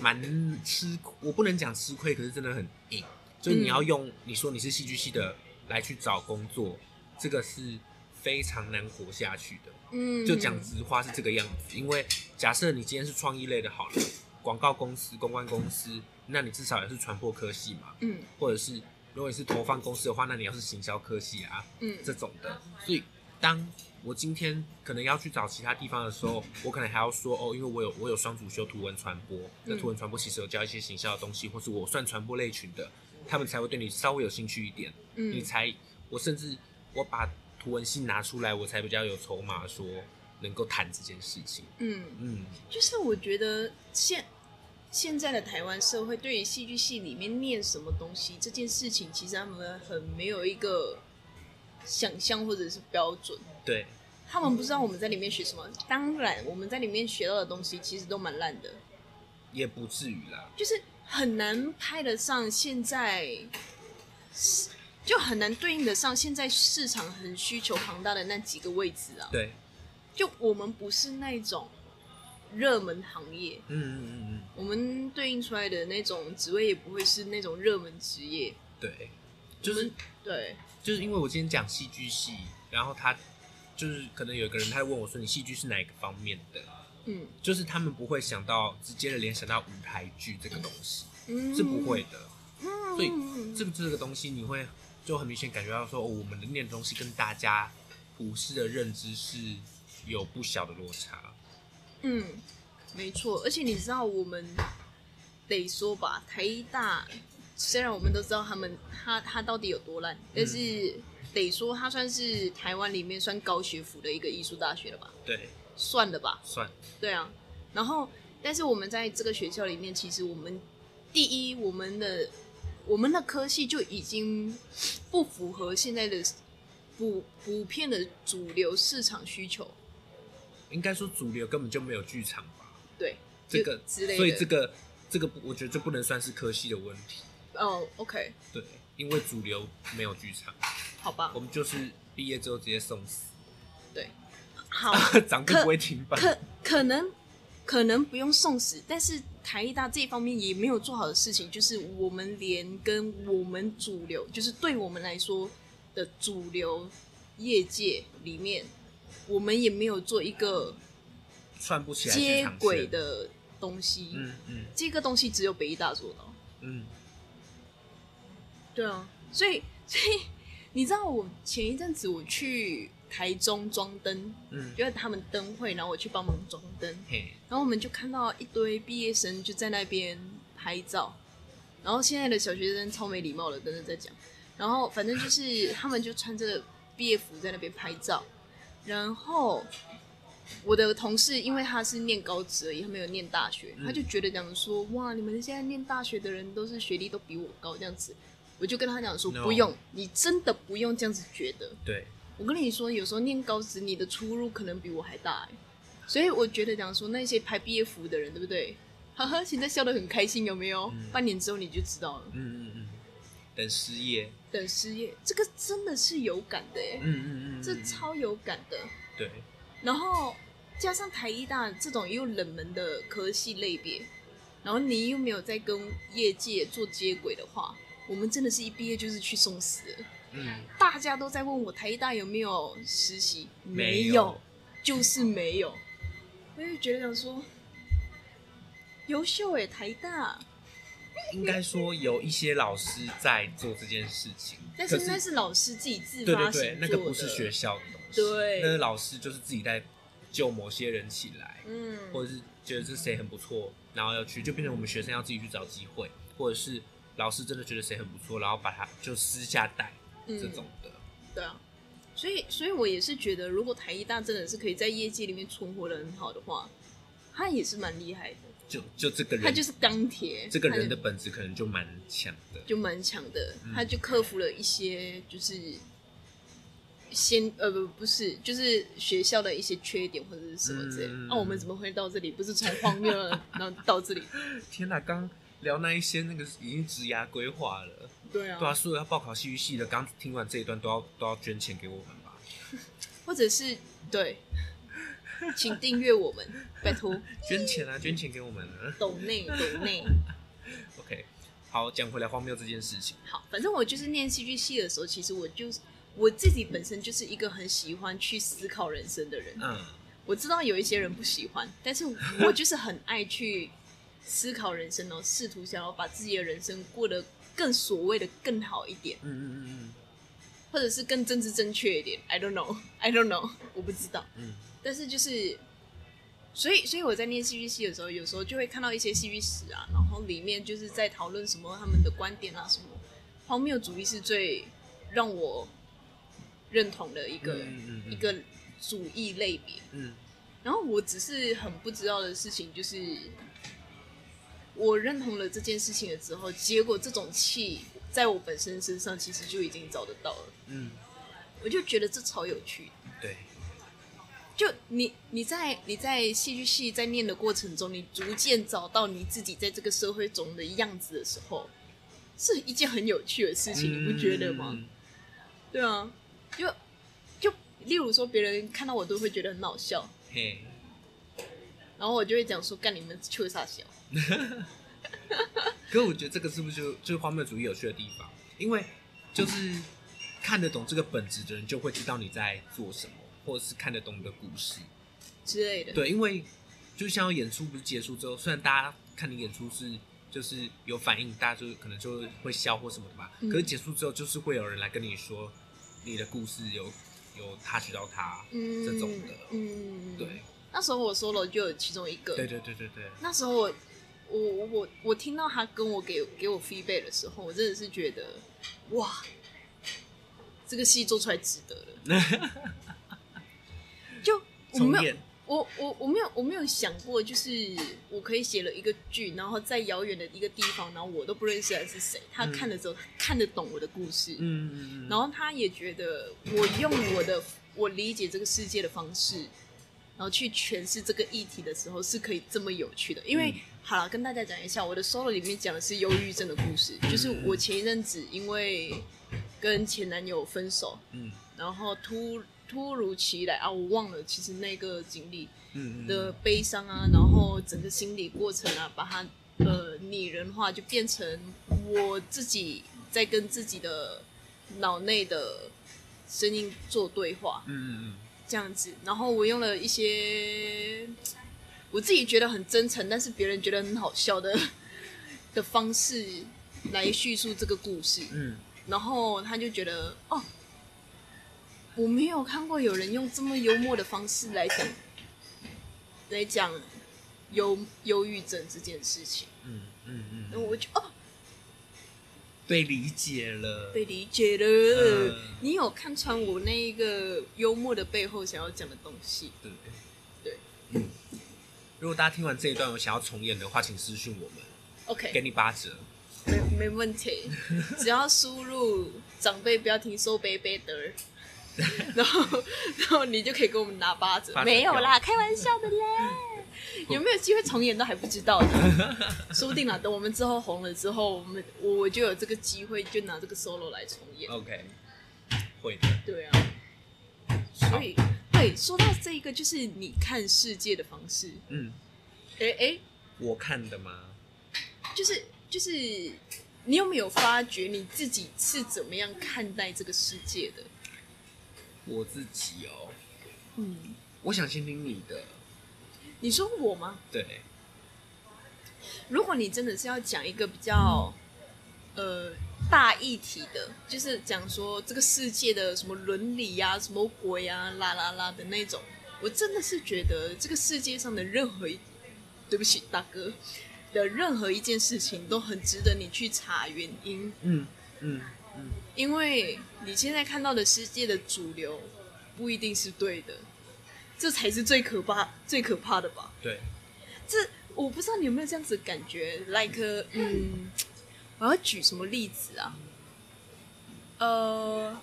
[SPEAKER 1] 蛮吃，我不能讲吃亏，可是真的很硬。就是你要用你说你是戏剧系的来去找工作，这个是非常难活下去的。
[SPEAKER 2] 嗯，
[SPEAKER 1] 就讲直话是这个样子，因为假设你今天是创意类的好了，广告公司、公关公司，那你至少也是传播科系嘛。
[SPEAKER 2] 嗯
[SPEAKER 1] 或者是如果你是投放公司的话，那你要是行销科系啊
[SPEAKER 2] 嗯
[SPEAKER 1] 这种的。所以当我今天可能要去找其他地方的时候，我可能还要说哦，因为我有我有双主修图文传播，那图文传播其实有教一些行销的东西，或是我算传播类群的，他们才会对你稍微有兴趣一点。你
[SPEAKER 2] 嗯
[SPEAKER 1] 才我甚至我把图文系拿出来，我才比较有筹码说能够谈这件事情。
[SPEAKER 2] 嗯，
[SPEAKER 1] 嗯，
[SPEAKER 2] 就是我觉得现现在的台湾社会对于戏剧系里面念什么东西这件事情，其实他们很没有一个想象或者是标准。
[SPEAKER 1] 对，
[SPEAKER 2] 他们不知道我们在里面学什么。当然，我们在里面学到的东西其实都蛮烂的，
[SPEAKER 1] 也不至于啦。
[SPEAKER 2] 就是很难拍得上现在，就很难对应得上现在市场很需求庞大的那几个位置啊。
[SPEAKER 1] 对，
[SPEAKER 2] 就我们不是那种热门行业，
[SPEAKER 1] 嗯嗯嗯嗯，
[SPEAKER 2] 我们对应出来的那种职位也不会是那种热门职业。
[SPEAKER 1] 嗯对，就是
[SPEAKER 2] 对，
[SPEAKER 1] 就是因为我今天讲戏剧系，然后他就是可能有一个人他会问我说你戏剧是哪一个方面的，
[SPEAKER 2] 嗯
[SPEAKER 1] 就是他们不会想到直接的联想到舞台剧这个东西，
[SPEAKER 2] 嗯，
[SPEAKER 1] 是不会的。
[SPEAKER 2] 嗯，
[SPEAKER 1] 所以
[SPEAKER 2] 嗯
[SPEAKER 1] 这个这个东西你会就很明显感觉到说，哦我们的念的东西跟大家普世的认知是有不小的落差。
[SPEAKER 2] 嗯，没错。而且你知道，我们得说吧，台大虽然我们都知道他们他他到底有多烂，
[SPEAKER 1] 嗯
[SPEAKER 2] 但是得说他算是台湾里面算高学府的一个艺术大学了吧？
[SPEAKER 1] 对，
[SPEAKER 2] 算了吧，
[SPEAKER 1] 算
[SPEAKER 2] 对啊。然后，但是我们在这个学校里面，其实我们第一，我们的我们的科系就已经不符合现在的普普遍的主流市场需求，
[SPEAKER 1] 应该说主流根本就没有剧场吧，
[SPEAKER 2] 对，
[SPEAKER 1] 这个
[SPEAKER 2] 就之类的。
[SPEAKER 1] 所以这个这个不我觉得这不能算是科系的问题。
[SPEAKER 2] 哦，OK，
[SPEAKER 1] 对，因为主流没有剧场，
[SPEAKER 2] 好吧
[SPEAKER 1] 我，们就是毕业之后直接送死，
[SPEAKER 2] 对，好，
[SPEAKER 1] 长辈不会停吧？
[SPEAKER 2] 可可能可能不用送死，但是台艺大这一方面也没有做好的事情，就是我们连跟我们主流，就是对我们来说的主流业界里面，我们也没有做一个
[SPEAKER 1] 串不起来剧
[SPEAKER 2] 接
[SPEAKER 1] 场
[SPEAKER 2] 轨
[SPEAKER 1] 线。
[SPEAKER 2] 的东西。
[SPEAKER 1] 嗯嗯
[SPEAKER 2] 这个东西只有北艺大做到。
[SPEAKER 1] 嗯，
[SPEAKER 2] 对啊，所以 所以你知道，我前一阵子我去台中装灯，
[SPEAKER 1] 嗯
[SPEAKER 2] 就是他们灯会，然后我去帮忙装灯。
[SPEAKER 1] 嘿，
[SPEAKER 2] 然后我们就看到一堆毕业生就在那边拍照，然后现在的小学生超没礼貌的，真的在讲。然后反正就是他们就穿着毕业服在那边拍照，然后我的同事因为他是念高职而已，他没有念大学，他就觉得讲说哇，你们现在念大学的人都是学历都比我高这样子。我就跟他讲说
[SPEAKER 1] No
[SPEAKER 2] 不用，你真的不用这样子觉得。
[SPEAKER 1] 对，
[SPEAKER 2] 我跟你说，有时候念高职，你的出入可能比我还大、欸、所以我觉得讲说那些拍毕业服的人，对不对？呵呵，现在笑得很开心，有没有？
[SPEAKER 1] 嗯
[SPEAKER 2] 半年之后你就知道了。
[SPEAKER 1] 嗯嗯嗯，等失业，
[SPEAKER 2] 等失业，这个真的是有感的、欸，
[SPEAKER 1] 嗯嗯嗯嗯，
[SPEAKER 2] 这
[SPEAKER 1] 嗯
[SPEAKER 2] 超有感的。
[SPEAKER 1] 对，
[SPEAKER 2] 然后加上台医大这种又冷门的科系类别，然后你又没有在跟业界做接轨的话，我们真的是一毕业就是去送死了。
[SPEAKER 1] 嗯，
[SPEAKER 2] 大家都在问我台大有没有实习，
[SPEAKER 1] 没有
[SPEAKER 2] 有，就是没有。我就觉得想说，优秀哎、台大，
[SPEAKER 1] 应该说有一些老师在做这件事情，
[SPEAKER 2] 但
[SPEAKER 1] 可
[SPEAKER 2] 是那是老师自己自
[SPEAKER 1] 对
[SPEAKER 2] 发
[SPEAKER 1] 对
[SPEAKER 2] 性
[SPEAKER 1] 对，那个不是学，校的东西，
[SPEAKER 2] 对
[SPEAKER 1] 那是老师就是自己在救某些人起来，
[SPEAKER 2] 嗯，
[SPEAKER 1] 或者是觉得这谁很不错，然后要去，就变成我们学生要自己去找机会，或者是老师真的觉得谁很不错，然后把他就私下带
[SPEAKER 2] 嗯
[SPEAKER 1] 这种的，
[SPEAKER 2] 对啊。所以，所以我也是觉得，如果台医大真的是可以在业界里面存活的很好的话，他也是蛮厉害的。
[SPEAKER 1] 就就这个
[SPEAKER 2] 他
[SPEAKER 1] 人，
[SPEAKER 2] 就是钢铁，
[SPEAKER 1] 这个
[SPEAKER 2] 他就
[SPEAKER 1] 人的本质可能就蛮强的，
[SPEAKER 2] 就蛮强的，
[SPEAKER 1] 嗯
[SPEAKER 2] 他就克服了一些就是先呃不不是就是学校的一些缺点或者是什么之类的。那、
[SPEAKER 1] 嗯
[SPEAKER 2] 我们怎么会到这里？不是从荒谬了 然后到这里？
[SPEAKER 1] 天哪，刚聊那一些那个已经职涯规划了。
[SPEAKER 2] 对啊，
[SPEAKER 1] 对啊，所有要报考戏剧系的，刚听完这一段都要都要捐钱给我们吧，
[SPEAKER 2] 或者是对，请订阅我 们，拜托，
[SPEAKER 1] 捐钱啊，捐钱给我们啊。
[SPEAKER 2] 抖内抖内。
[SPEAKER 1] OK，好，讲回来荒谬这件事情，
[SPEAKER 2] 好，反正我就是念戏剧系的时候，其实我就是我自己本身就是一个很喜欢去思考人生的人。
[SPEAKER 1] 嗯，
[SPEAKER 2] 我知道有一些人不喜欢，但是我就是很爱去思考人生哦， 试图想要把自己的人生过得更所谓的更好一点，
[SPEAKER 1] 嗯嗯嗯
[SPEAKER 2] 或者是更政治正确一点。I don't know, I don't know，我不知道。
[SPEAKER 1] 嗯
[SPEAKER 2] 但是就是，所以所以我在念戏剧系的时候，有时候就会看到一些戏剧史啊，然后里面就是在讨论什么他们的观点啊，什么荒谬主义是最让我认同的一个、
[SPEAKER 1] 嗯嗯嗯嗯
[SPEAKER 2] 一个主义类别。
[SPEAKER 1] 嗯嗯，
[SPEAKER 2] 然后我只是很不知道的事情就是，我认同了这件事情了之后，结果这种气在我本身身上其实就已经找得到了，
[SPEAKER 1] 嗯，
[SPEAKER 2] 我就觉得这超有趣。
[SPEAKER 1] 对，
[SPEAKER 2] 就你你在你在戏剧系在念的过程中，你逐渐找到你自己在这个社会中的样子的时候，是一件很有趣的事情，你不觉得吗？
[SPEAKER 1] 嗯？
[SPEAKER 2] 对啊，就就例如说，别人看到我都会觉得很好笑，
[SPEAKER 1] 嘿，
[SPEAKER 2] 然后我就会讲说：“干你们缺啥笑
[SPEAKER 1] 可我觉得这个是不是就就是荒谬主义有趣的地方？因为就是看得懂这个本质的人，就会知道你在做什么，或者是看得懂你的故事。
[SPEAKER 2] 之类的。”
[SPEAKER 1] 对，因为就像演出不是结束之后，虽然大家看你演出是就是有反应，大家就可能就会笑或什么的吧。
[SPEAKER 2] 嗯
[SPEAKER 1] 可是结束之后，就是会有人来跟你说你的故事有有 touch 到他，
[SPEAKER 2] 嗯，
[SPEAKER 1] 这种的
[SPEAKER 2] 嗯，
[SPEAKER 1] 对。
[SPEAKER 2] 那时候我 solo 就有其中一个，
[SPEAKER 1] 对对对对对，
[SPEAKER 2] 那时候我我我我听到他跟我给给我 feedback 的时候，我真的是觉得哇，这个戏做出来值得了。 就我
[SPEAKER 1] 重
[SPEAKER 2] 没有
[SPEAKER 1] 演，
[SPEAKER 2] 我我我没有我没有想过，就是我可以写了一个剧，然后在遥远的一个地方，然后我都不认识他是谁，他
[SPEAKER 1] 嗯
[SPEAKER 2] 看了之后、他看得懂我的故事，
[SPEAKER 1] 嗯嗯嗯，
[SPEAKER 2] 然后他也觉得我用我的我理解这个世界的方式，然后去诠释这个议题的时候是可以这么有趣的。因为、
[SPEAKER 1] 嗯
[SPEAKER 2] 好了，跟大家讲一下，我的 solo 里面讲的是忧郁症的故事，就是我前一阵子因为跟前男友分手，
[SPEAKER 1] 嗯
[SPEAKER 2] 然后突突如其来啊，我忘了其实那个经历
[SPEAKER 1] 嗯嗯
[SPEAKER 2] 的悲伤啊，然后整个心理过程啊，把它呃拟人化，就变成我自己在跟自己的脑内的声音做对话
[SPEAKER 1] 嗯嗯
[SPEAKER 2] 这样子。然后我用了一些我自己觉得很真诚，但是别人觉得很好笑的 的方式来叙述这个故事。
[SPEAKER 1] 嗯
[SPEAKER 2] 然后他就觉得哦，我没有看过有人用这么幽默的方式来讲来讲忧忧郁症这件事情，
[SPEAKER 1] 嗯嗯嗯
[SPEAKER 2] 然后
[SPEAKER 1] 嗯，
[SPEAKER 2] 我就哦
[SPEAKER 1] 被理解了，
[SPEAKER 2] 被理解了，
[SPEAKER 1] 嗯
[SPEAKER 2] 你有看穿我那一个幽默的背后想要讲的东西，
[SPEAKER 1] 对不对？
[SPEAKER 2] 对
[SPEAKER 1] 如果大家听完这一段有想要重演的话，请私讯我们，给
[SPEAKER 2] ，OK，
[SPEAKER 1] 你八折。
[SPEAKER 2] 没没问题，只要输入长辈不要听收贝贝的。 然后，然后你就可以给我们拿八折，
[SPEAKER 1] 八折
[SPEAKER 2] 没有
[SPEAKER 1] 掉
[SPEAKER 2] 啦，开玩笑的 啦。有没有机会重演都还不知道呢， 说不定啊，等我们之后红了之后，我们我我就有这个机会，就拿这个 solo 来重演。
[SPEAKER 1] OK，会的。
[SPEAKER 2] 对啊，所以对，说到这一个，就是你看世界的方式，
[SPEAKER 1] 嗯，
[SPEAKER 2] 哎、哎、
[SPEAKER 1] 我看的吗？
[SPEAKER 2] 就是就是，你有没有发觉你自己是怎么样看待这个世界的？
[SPEAKER 1] 我自己哦，
[SPEAKER 2] 嗯，
[SPEAKER 1] 我想先听你的。
[SPEAKER 2] 你说我吗？
[SPEAKER 1] 对，
[SPEAKER 2] 如果你真的是要讲一个比较呃大议题的，就是讲说这个世界的什么伦理呀、什么鬼啊呀、啦啦啦的那种，我真的是觉得这个世界上的任何一，对不起大哥的任何一件事情都很值得你去查原因，
[SPEAKER 1] 嗯嗯嗯，
[SPEAKER 2] 因为你现在看到的世界的主流不一定是对的，这才是最可怕最可怕的吧。
[SPEAKER 1] 对，
[SPEAKER 2] 这我不知道你有没有这样子的感觉，like 嗯，我要举什么例子啊？呃，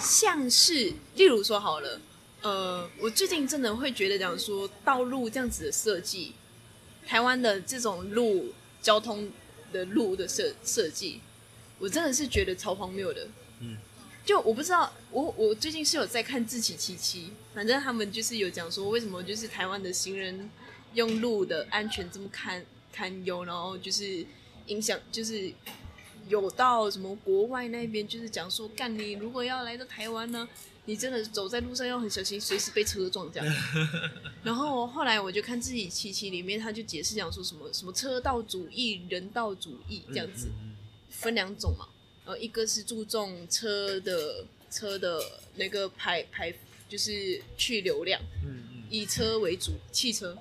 [SPEAKER 2] 像是例如说好了，呃，我最近真的会觉得讲说道路这样子的设计，台湾的这种路交通的路的设设计，我真的是觉得超荒谬的。
[SPEAKER 1] 嗯
[SPEAKER 2] 就我不知道，我我最近是有在看自己七七，反正他们就是有讲说为什么就是台湾的行人用路的安全这么堪堪忧，然后就是影响就是有到什么国外那边就是讲说，干你如果要来到台湾呢，你真的走在路上要很小心，随时被车撞 这样。然后后来我就看自己七七里面，他就解释讲说什么什么车道主义、人道主义这样子。
[SPEAKER 1] 嗯
[SPEAKER 2] 分两种嘛，呃，一个是注重车的车的那个排排，就是去流量，
[SPEAKER 1] 嗯嗯
[SPEAKER 2] 以车为主，汽车，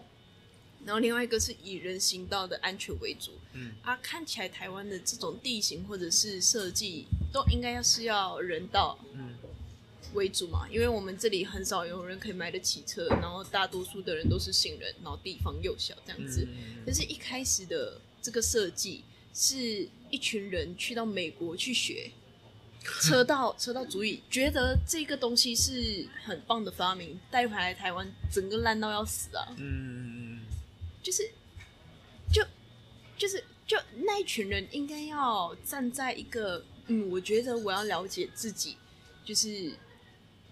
[SPEAKER 2] 然后另外一个是以人行道的安全为主。
[SPEAKER 1] 嗯
[SPEAKER 2] 啊，看起来台湾的这种地形或者是设计，都应该要是要人道
[SPEAKER 1] 嗯
[SPEAKER 2] 为主嘛，因为我们这里很少有人可以买得起车，然后大多数的人都是新人，然后地方又小这样子。
[SPEAKER 1] 嗯
[SPEAKER 2] 但是一开始的这个设计是一群人去到美国去学车道 车道主义，觉得这个东西是很棒的发明，带回来台湾整个烂到要死啊！
[SPEAKER 1] 嗯，
[SPEAKER 2] 就是就就是就那一群人应该要站在一个嗯，我觉得我要了解自己，就是。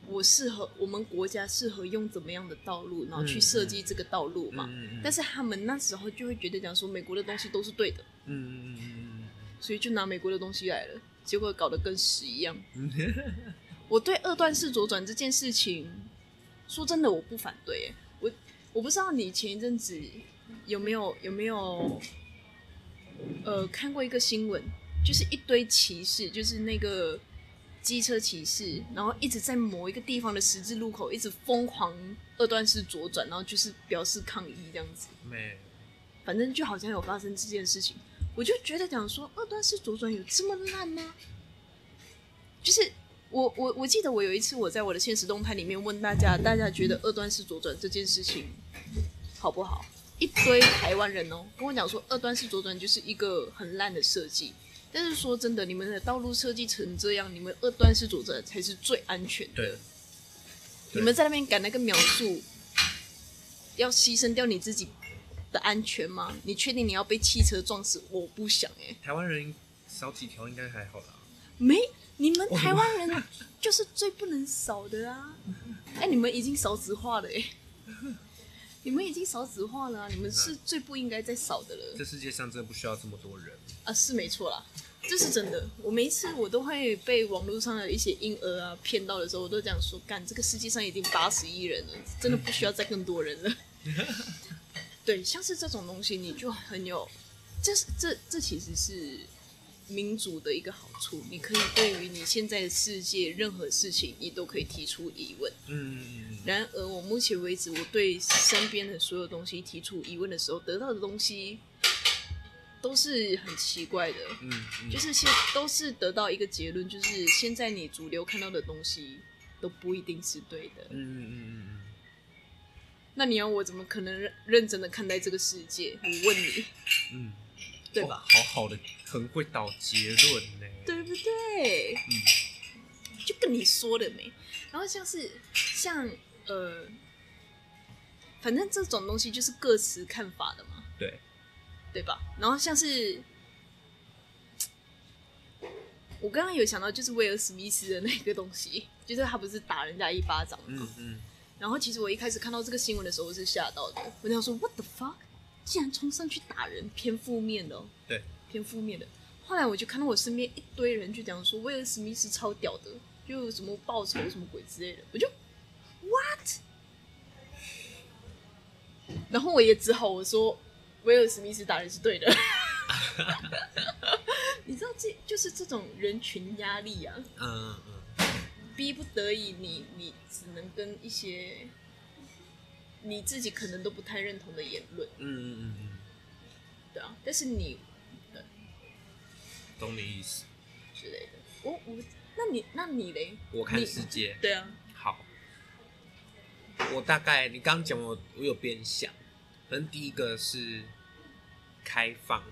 [SPEAKER 2] 我适合我们国家适合用怎么样的道路，然后去
[SPEAKER 1] 嗯
[SPEAKER 2] 设计这个道路嘛。
[SPEAKER 1] 嗯
[SPEAKER 2] 但
[SPEAKER 1] 是
[SPEAKER 2] 是他们那时候就会觉得讲说美国的东西都是对的，
[SPEAKER 1] 嗯嗯嗯
[SPEAKER 2] 所以就拿美国的东西来了，结果搞得跟屎一样。
[SPEAKER 1] 嗯
[SPEAKER 2] 我对二段式左转这件事情，说真的我不反对耶。我我不知道你前一阵子有没有有没有呃看过一个新闻，就是一堆骑士，就是那个机车骑士，然后一直在某一个地方的十字路口一直疯狂二段式左转，然后就是表示抗议这样子。
[SPEAKER 1] 嗯，没，
[SPEAKER 2] 反正就好像有发生这件事情，我就觉得讲说二段式左转有这么烂吗？就是我我我记得我有一次我在我的现实动态里面问大家，大家觉得二段式左转这件事情好不好？一堆台湾人哦跟我讲说二段式左转就是一个很烂的设计，但是说真的，你们的道路设计成这样，你们二段式左转才是最安全的。
[SPEAKER 1] 对，
[SPEAKER 2] 你们在那边赶那个秒数，要牺牲掉你自己的安全吗？你确定你要被汽车撞死？我不想哎、
[SPEAKER 1] 台湾人少几条应该还好啦。
[SPEAKER 2] 没，你们台湾人 就是最不能少的啊！哎、你们已经少子化了哎、你们已经少子化了、啊，你们是最不应该再少的了
[SPEAKER 1] 这世界上真的不需要这么多人。
[SPEAKER 2] 啊！是没错啦，这是真的。我每一次我都会被网络上的一些婴儿啊骗到的时候，我都讲说，干，这个世界上已经八十亿人了，真的不需要再更多人了。对，像是这种东西，你就很有，这是这这其实是民主的一个好处，你可以对于你现在的世界任何事情，你都可以提出疑问。
[SPEAKER 1] 嗯嗯
[SPEAKER 2] 然而，我目前为止，我对身边的所有东西提出疑问的时候，得到的东西都是很奇怪的，
[SPEAKER 1] 嗯嗯，
[SPEAKER 2] 就是现都是得到一个结论，就是现在你主流看到的东西都不一定是对的。
[SPEAKER 1] 嗯嗯嗯
[SPEAKER 2] 那你要我怎么可能认认真的看待这个世界？我问你，
[SPEAKER 1] 嗯嗯，
[SPEAKER 2] 对吧？
[SPEAKER 1] 好好的，很会导结论呢。
[SPEAKER 2] 对不对？
[SPEAKER 1] 嗯
[SPEAKER 2] 就跟你说的没。然后像是像呃，反正这种东西就是各持看法的嘛，
[SPEAKER 1] 对，
[SPEAKER 2] 对吧？然后像是我刚刚有想到，就是威尔史密斯的那个东西，就是他不是打人家一巴掌吗？
[SPEAKER 1] 嗯嗯
[SPEAKER 2] 然后其实我一开始看到这个新闻的时候，我是吓到的，我想说 What the fuck，竟然冲上去打人，偏负面的、哦，
[SPEAKER 1] 对，
[SPEAKER 2] 偏负面的。后来我就看到我身边一堆人就讲说威尔史密斯超屌的，就什么报仇什么鬼之类的，我就 What？然后我也只好我说威尔史密斯打人是对的。 你知道这就是这种人群压力啊，
[SPEAKER 1] 嗯
[SPEAKER 2] 逼不得已你，你只能跟一些你自己可能都不太认同的言论，
[SPEAKER 1] 嗯嗯嗯，
[SPEAKER 2] 对啊，但是你
[SPEAKER 1] 懂你意思。
[SPEAKER 2] 之类的，我我那你那你嘞？
[SPEAKER 1] 我看世界，
[SPEAKER 2] 对啊，
[SPEAKER 1] 好，我大概你刚讲我，我有边想，反正第一个是开放，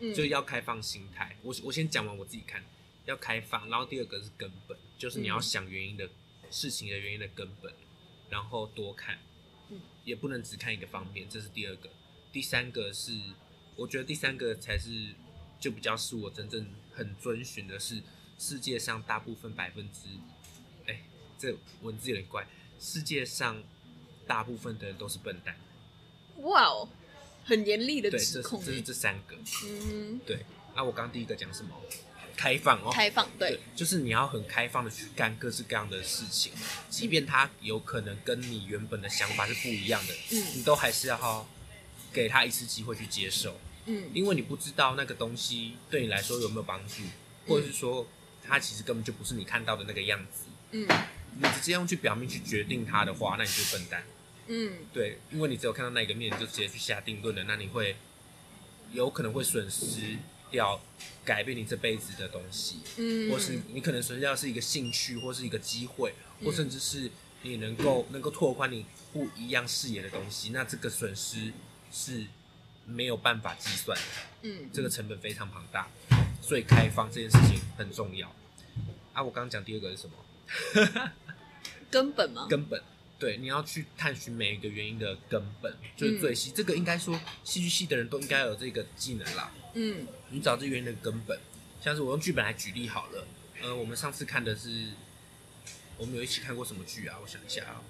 [SPEAKER 2] 嗯，
[SPEAKER 1] 就是要开放心态。我我先讲完我自己看，要开放。然后第二个是根本，就是你要
[SPEAKER 2] 嗯
[SPEAKER 1] 想原因的、事情的原因的根本，然后多看，
[SPEAKER 2] 嗯
[SPEAKER 1] 也不能只看一个方面，这是第二个。第三个是，我觉得第三个才是就比较是我真正很遵循的是世界上大部分百分之，哎、这文字有点怪，世界上大部分的人都是笨蛋。
[SPEAKER 2] 哇哦，很严厉的
[SPEAKER 1] 对，
[SPEAKER 2] 指
[SPEAKER 1] 这是
[SPEAKER 2] 控
[SPEAKER 1] 这是
[SPEAKER 2] 欸，
[SPEAKER 1] 这三个。
[SPEAKER 2] 嗯，
[SPEAKER 1] 对，啊，我刚刚第一个讲什么？开放哦，
[SPEAKER 2] 开放对，，
[SPEAKER 1] 就是你要很开放的去干各式各样的事情，即便它有可能跟你原本的想法是不一样的，
[SPEAKER 2] 嗯
[SPEAKER 1] 你都还是要好给他一次机会去接受，
[SPEAKER 2] 嗯
[SPEAKER 1] 因为你不知道那个东西对你来说有没有帮助，或者是说它其实根本就不是你看到的那个样子，
[SPEAKER 2] 嗯
[SPEAKER 1] 你直接用去表面去决定它的话，那你就是笨蛋。
[SPEAKER 2] 嗯
[SPEAKER 1] 对，因为你只有看到那一个面，你就直接去下定论了，那你会有可能会损失，掉改变你这辈子的东西，
[SPEAKER 2] 嗯，
[SPEAKER 1] 或是你可能损失掉是一个兴趣，或是一个机会，或甚至是你能够能够拓宽你不一样视野的东西，那这个损失是没有办法计算的。
[SPEAKER 2] 嗯
[SPEAKER 1] 这个成本非常庞大，所以开放这件事情很重要。啊，我刚刚讲第二个是什么？
[SPEAKER 2] 根本吗？
[SPEAKER 1] 根本，对，你要去探寻每一个原因的根本，就是
[SPEAKER 2] 嗯
[SPEAKER 1] 最细。这个应该说戏剧系的人都应该有这个技能啦。
[SPEAKER 2] 嗯
[SPEAKER 1] 你找这原因的根本，像是我用剧本来举例好了。呃，我们上次看的是，我们有一起看过什么剧啊？我想一下啊，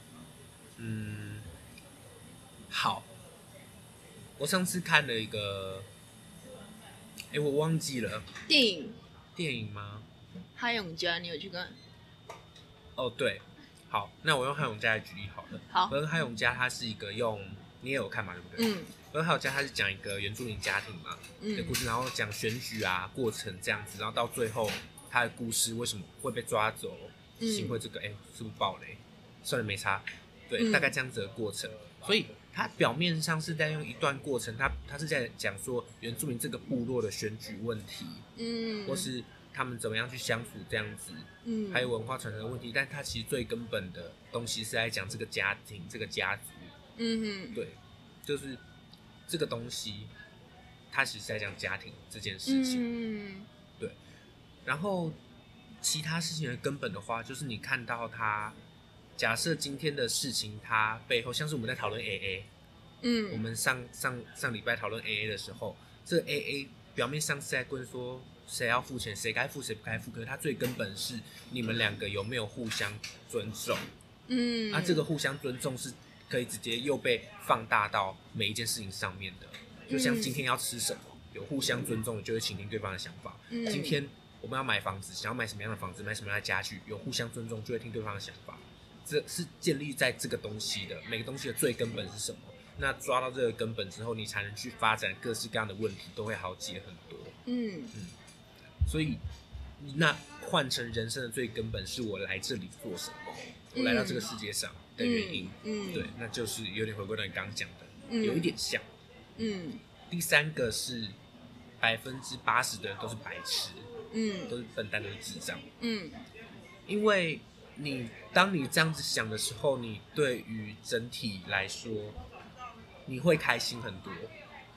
[SPEAKER 1] 嗯，好，我上次看了一个，哎、我忘记了。
[SPEAKER 2] 电影
[SPEAKER 1] 电影吗？
[SPEAKER 2] 《哈永家》，你有去看？
[SPEAKER 1] 哦，对，好，那我用汉永家来举例好了。
[SPEAKER 2] 好，
[SPEAKER 1] 文汉永家它是一个用你也有看嘛，对不对？
[SPEAKER 2] 哦嗯
[SPEAKER 1] 文汉永家它是讲一个原住民家庭嘛的故
[SPEAKER 2] 嗯
[SPEAKER 1] 事，然后讲选举啊过程这样子，然后到最后他的故事为什么会被抓走，
[SPEAKER 2] 嗯
[SPEAKER 1] 行贿这个，哎、是不是暴雷？算了，没差。对，
[SPEAKER 2] 嗯
[SPEAKER 1] 大概这样子的过程，所以。它表面上是在用一段过程，它它是在讲说原住民这个部落的选举问题，
[SPEAKER 2] 嗯，
[SPEAKER 1] 或是他们怎么样去相处这样子，
[SPEAKER 2] 嗯
[SPEAKER 1] 还有文化传承的问题，但它其实最根本的东西是在讲这个家庭、这个家族，
[SPEAKER 2] 嗯哼
[SPEAKER 1] 对，就是这个东西，它其实是在讲家庭这件事情。
[SPEAKER 2] 嗯
[SPEAKER 1] 然后其他事情的根本的话，就是你看到它，假设今天的事情它背后，像是我们在讨论 AA，
[SPEAKER 2] 嗯
[SPEAKER 1] 我们上上上礼拜讨论 AA 的时候，这 AA 表面上是在问说谁要付钱，谁该付谁不该付，可是它最根本是你们两个有没有互相尊重。
[SPEAKER 2] 嗯
[SPEAKER 1] 啊，这个互相尊重是可以直接又被放大到每一件事情上面的。
[SPEAKER 2] 嗯
[SPEAKER 1] 就像今天要吃什么，有互相尊重，就会倾听对方的想法。
[SPEAKER 2] 嗯
[SPEAKER 1] 今天我们要买房子，想要买什么样的房子，买什么样的家具，有互相尊重，就会听对方的想法。这是建立在这个东西的，每个东西的最根本是什么？那抓到这个根本之后，你才能去发展各式各样的问题，都会好解很多。
[SPEAKER 2] 嗯
[SPEAKER 1] 所以，那换成人生的最根本是我来这里做什么，我来到这个世界上的原因。
[SPEAKER 2] 嗯
[SPEAKER 1] 对，那就是有点回归到你刚刚讲的，
[SPEAKER 2] 嗯
[SPEAKER 1] 有一点像。
[SPEAKER 2] 嗯
[SPEAKER 1] 第三个是百分之八十的人都是白痴，
[SPEAKER 2] 嗯
[SPEAKER 1] 都是笨蛋，都是智障。
[SPEAKER 2] 嗯
[SPEAKER 1] 因为你当你这样子想的时候，你对于整体来说，你会开心很多。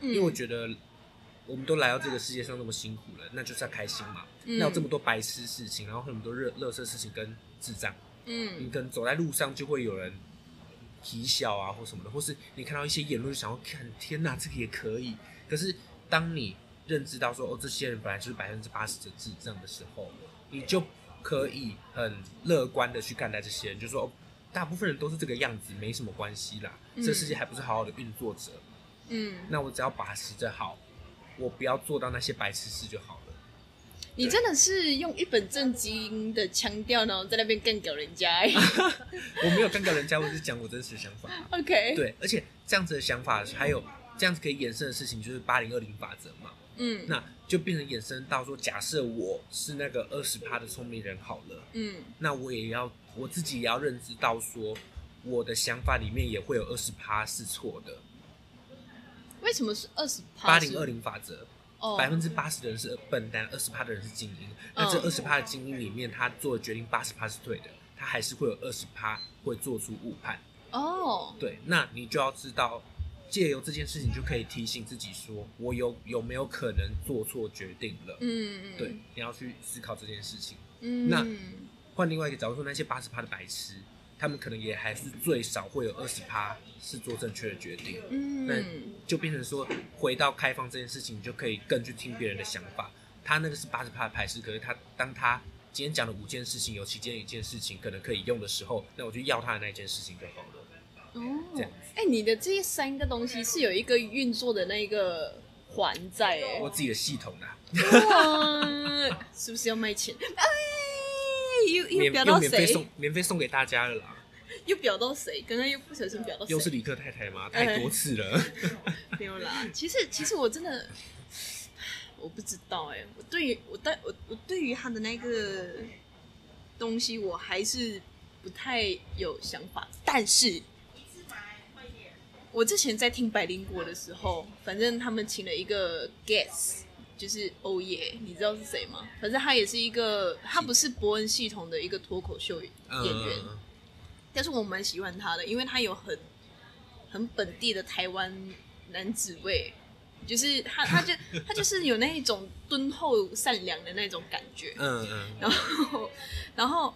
[SPEAKER 2] 嗯，
[SPEAKER 1] 因为我觉得我们都来到这个世界上那么辛苦了，那就是要开心嘛。
[SPEAKER 2] 嗯
[SPEAKER 1] 那有这么多白痴事情，然后很多热热色事情跟智障，你
[SPEAKER 2] 嗯
[SPEAKER 1] 可能走在路上就会有人啼笑啊或什么的，或是你看到一些言论就想要看，天哪，这个也可以。可是当你认知到说哦，这些人本来就是百分之八十的智障的时候，你就可以很乐观的去看待这些人，就说、哦、大部分人都是这个样子，没什么关系啦，
[SPEAKER 2] 嗯
[SPEAKER 1] 这世界还不是好好的运作着。
[SPEAKER 2] 嗯，
[SPEAKER 1] 那我只要把持着好，我不要做到那些白痴事就好了。
[SPEAKER 2] 你真的是用一本正经的腔调，然后在那边干搞人 家、欸。
[SPEAKER 1] 我没有干掉人家，我只是讲我真实的想法。
[SPEAKER 2] OK，，
[SPEAKER 1] 对，而且这样子的想法，还有这样子可以衍生的事情，就是八零二零法则嘛。
[SPEAKER 2] 嗯
[SPEAKER 1] 那就变成衍生到说，假设我是那个二十趴的聪明人好了，
[SPEAKER 2] 嗯
[SPEAKER 1] 那我也要我自己也要认知到说，我的想法里面也会有二十趴是错的。
[SPEAKER 2] 为什么哦是二十趴？
[SPEAKER 1] 八零二零法则，
[SPEAKER 2] 哦，嗯
[SPEAKER 1] 百分之八十的人是笨蛋，二十趴的人是精英。那这二十趴的精英里面，他做的决定八十趴是对的，他还是会有二十趴会做出误判。
[SPEAKER 2] 哦，
[SPEAKER 1] 对，那你就要知道，借由这件事情就可以提醒自己说，我有有没有可能做错决定了？
[SPEAKER 2] 嗯嗯
[SPEAKER 1] 对，你要去思考这件事情。
[SPEAKER 2] 嗯
[SPEAKER 1] 那换另外一个角度说，那些八十趴的白痴，他们可能也还是最少会有二十趴是做正确的决定。那
[SPEAKER 2] 嗯
[SPEAKER 1] 就变成说，回到开放这件事情，你就可以更去听别人的想法。他那个是八十趴的排斥，可是他当他今天讲的五件事情，有其间一件事情可能可以用的时候，那我就要他的那件事情就好了。这
[SPEAKER 2] 哦
[SPEAKER 1] 样，
[SPEAKER 2] 哎、你的这三个东西是有一个运作的那个环在哎、
[SPEAKER 1] 我自己的系统啊啦，
[SPEAKER 2] 哇， 是不是要卖钱？哎，又又
[SPEAKER 1] 免
[SPEAKER 2] 表
[SPEAKER 1] 又
[SPEAKER 2] 到
[SPEAKER 1] 免费
[SPEAKER 2] 谁？
[SPEAKER 1] 送，免费送给大家了啦。
[SPEAKER 2] 又表到谁？刚刚又不小心表到哦谁？嗯
[SPEAKER 1] 又是理科太太吗？太多次了。
[SPEAKER 2] 没有啦，其实其实我真的我不知道哎、我对于我对我我对于他的那个东西，我还是不太有想法。但是，我之前在听百灵果的时候，反正他们请了一个 guest 就是欧耶，你知道是谁吗？反正他也是一个，他不是伯恩系统的一个脱口秀演
[SPEAKER 1] 嗯
[SPEAKER 2] 员，但是我蛮喜欢他的，因为他有很很本地的台湾男子味，就是他他就他就是有那一种敦厚善良的那种感 觉，
[SPEAKER 1] 嗯嗯
[SPEAKER 2] 然后，然后，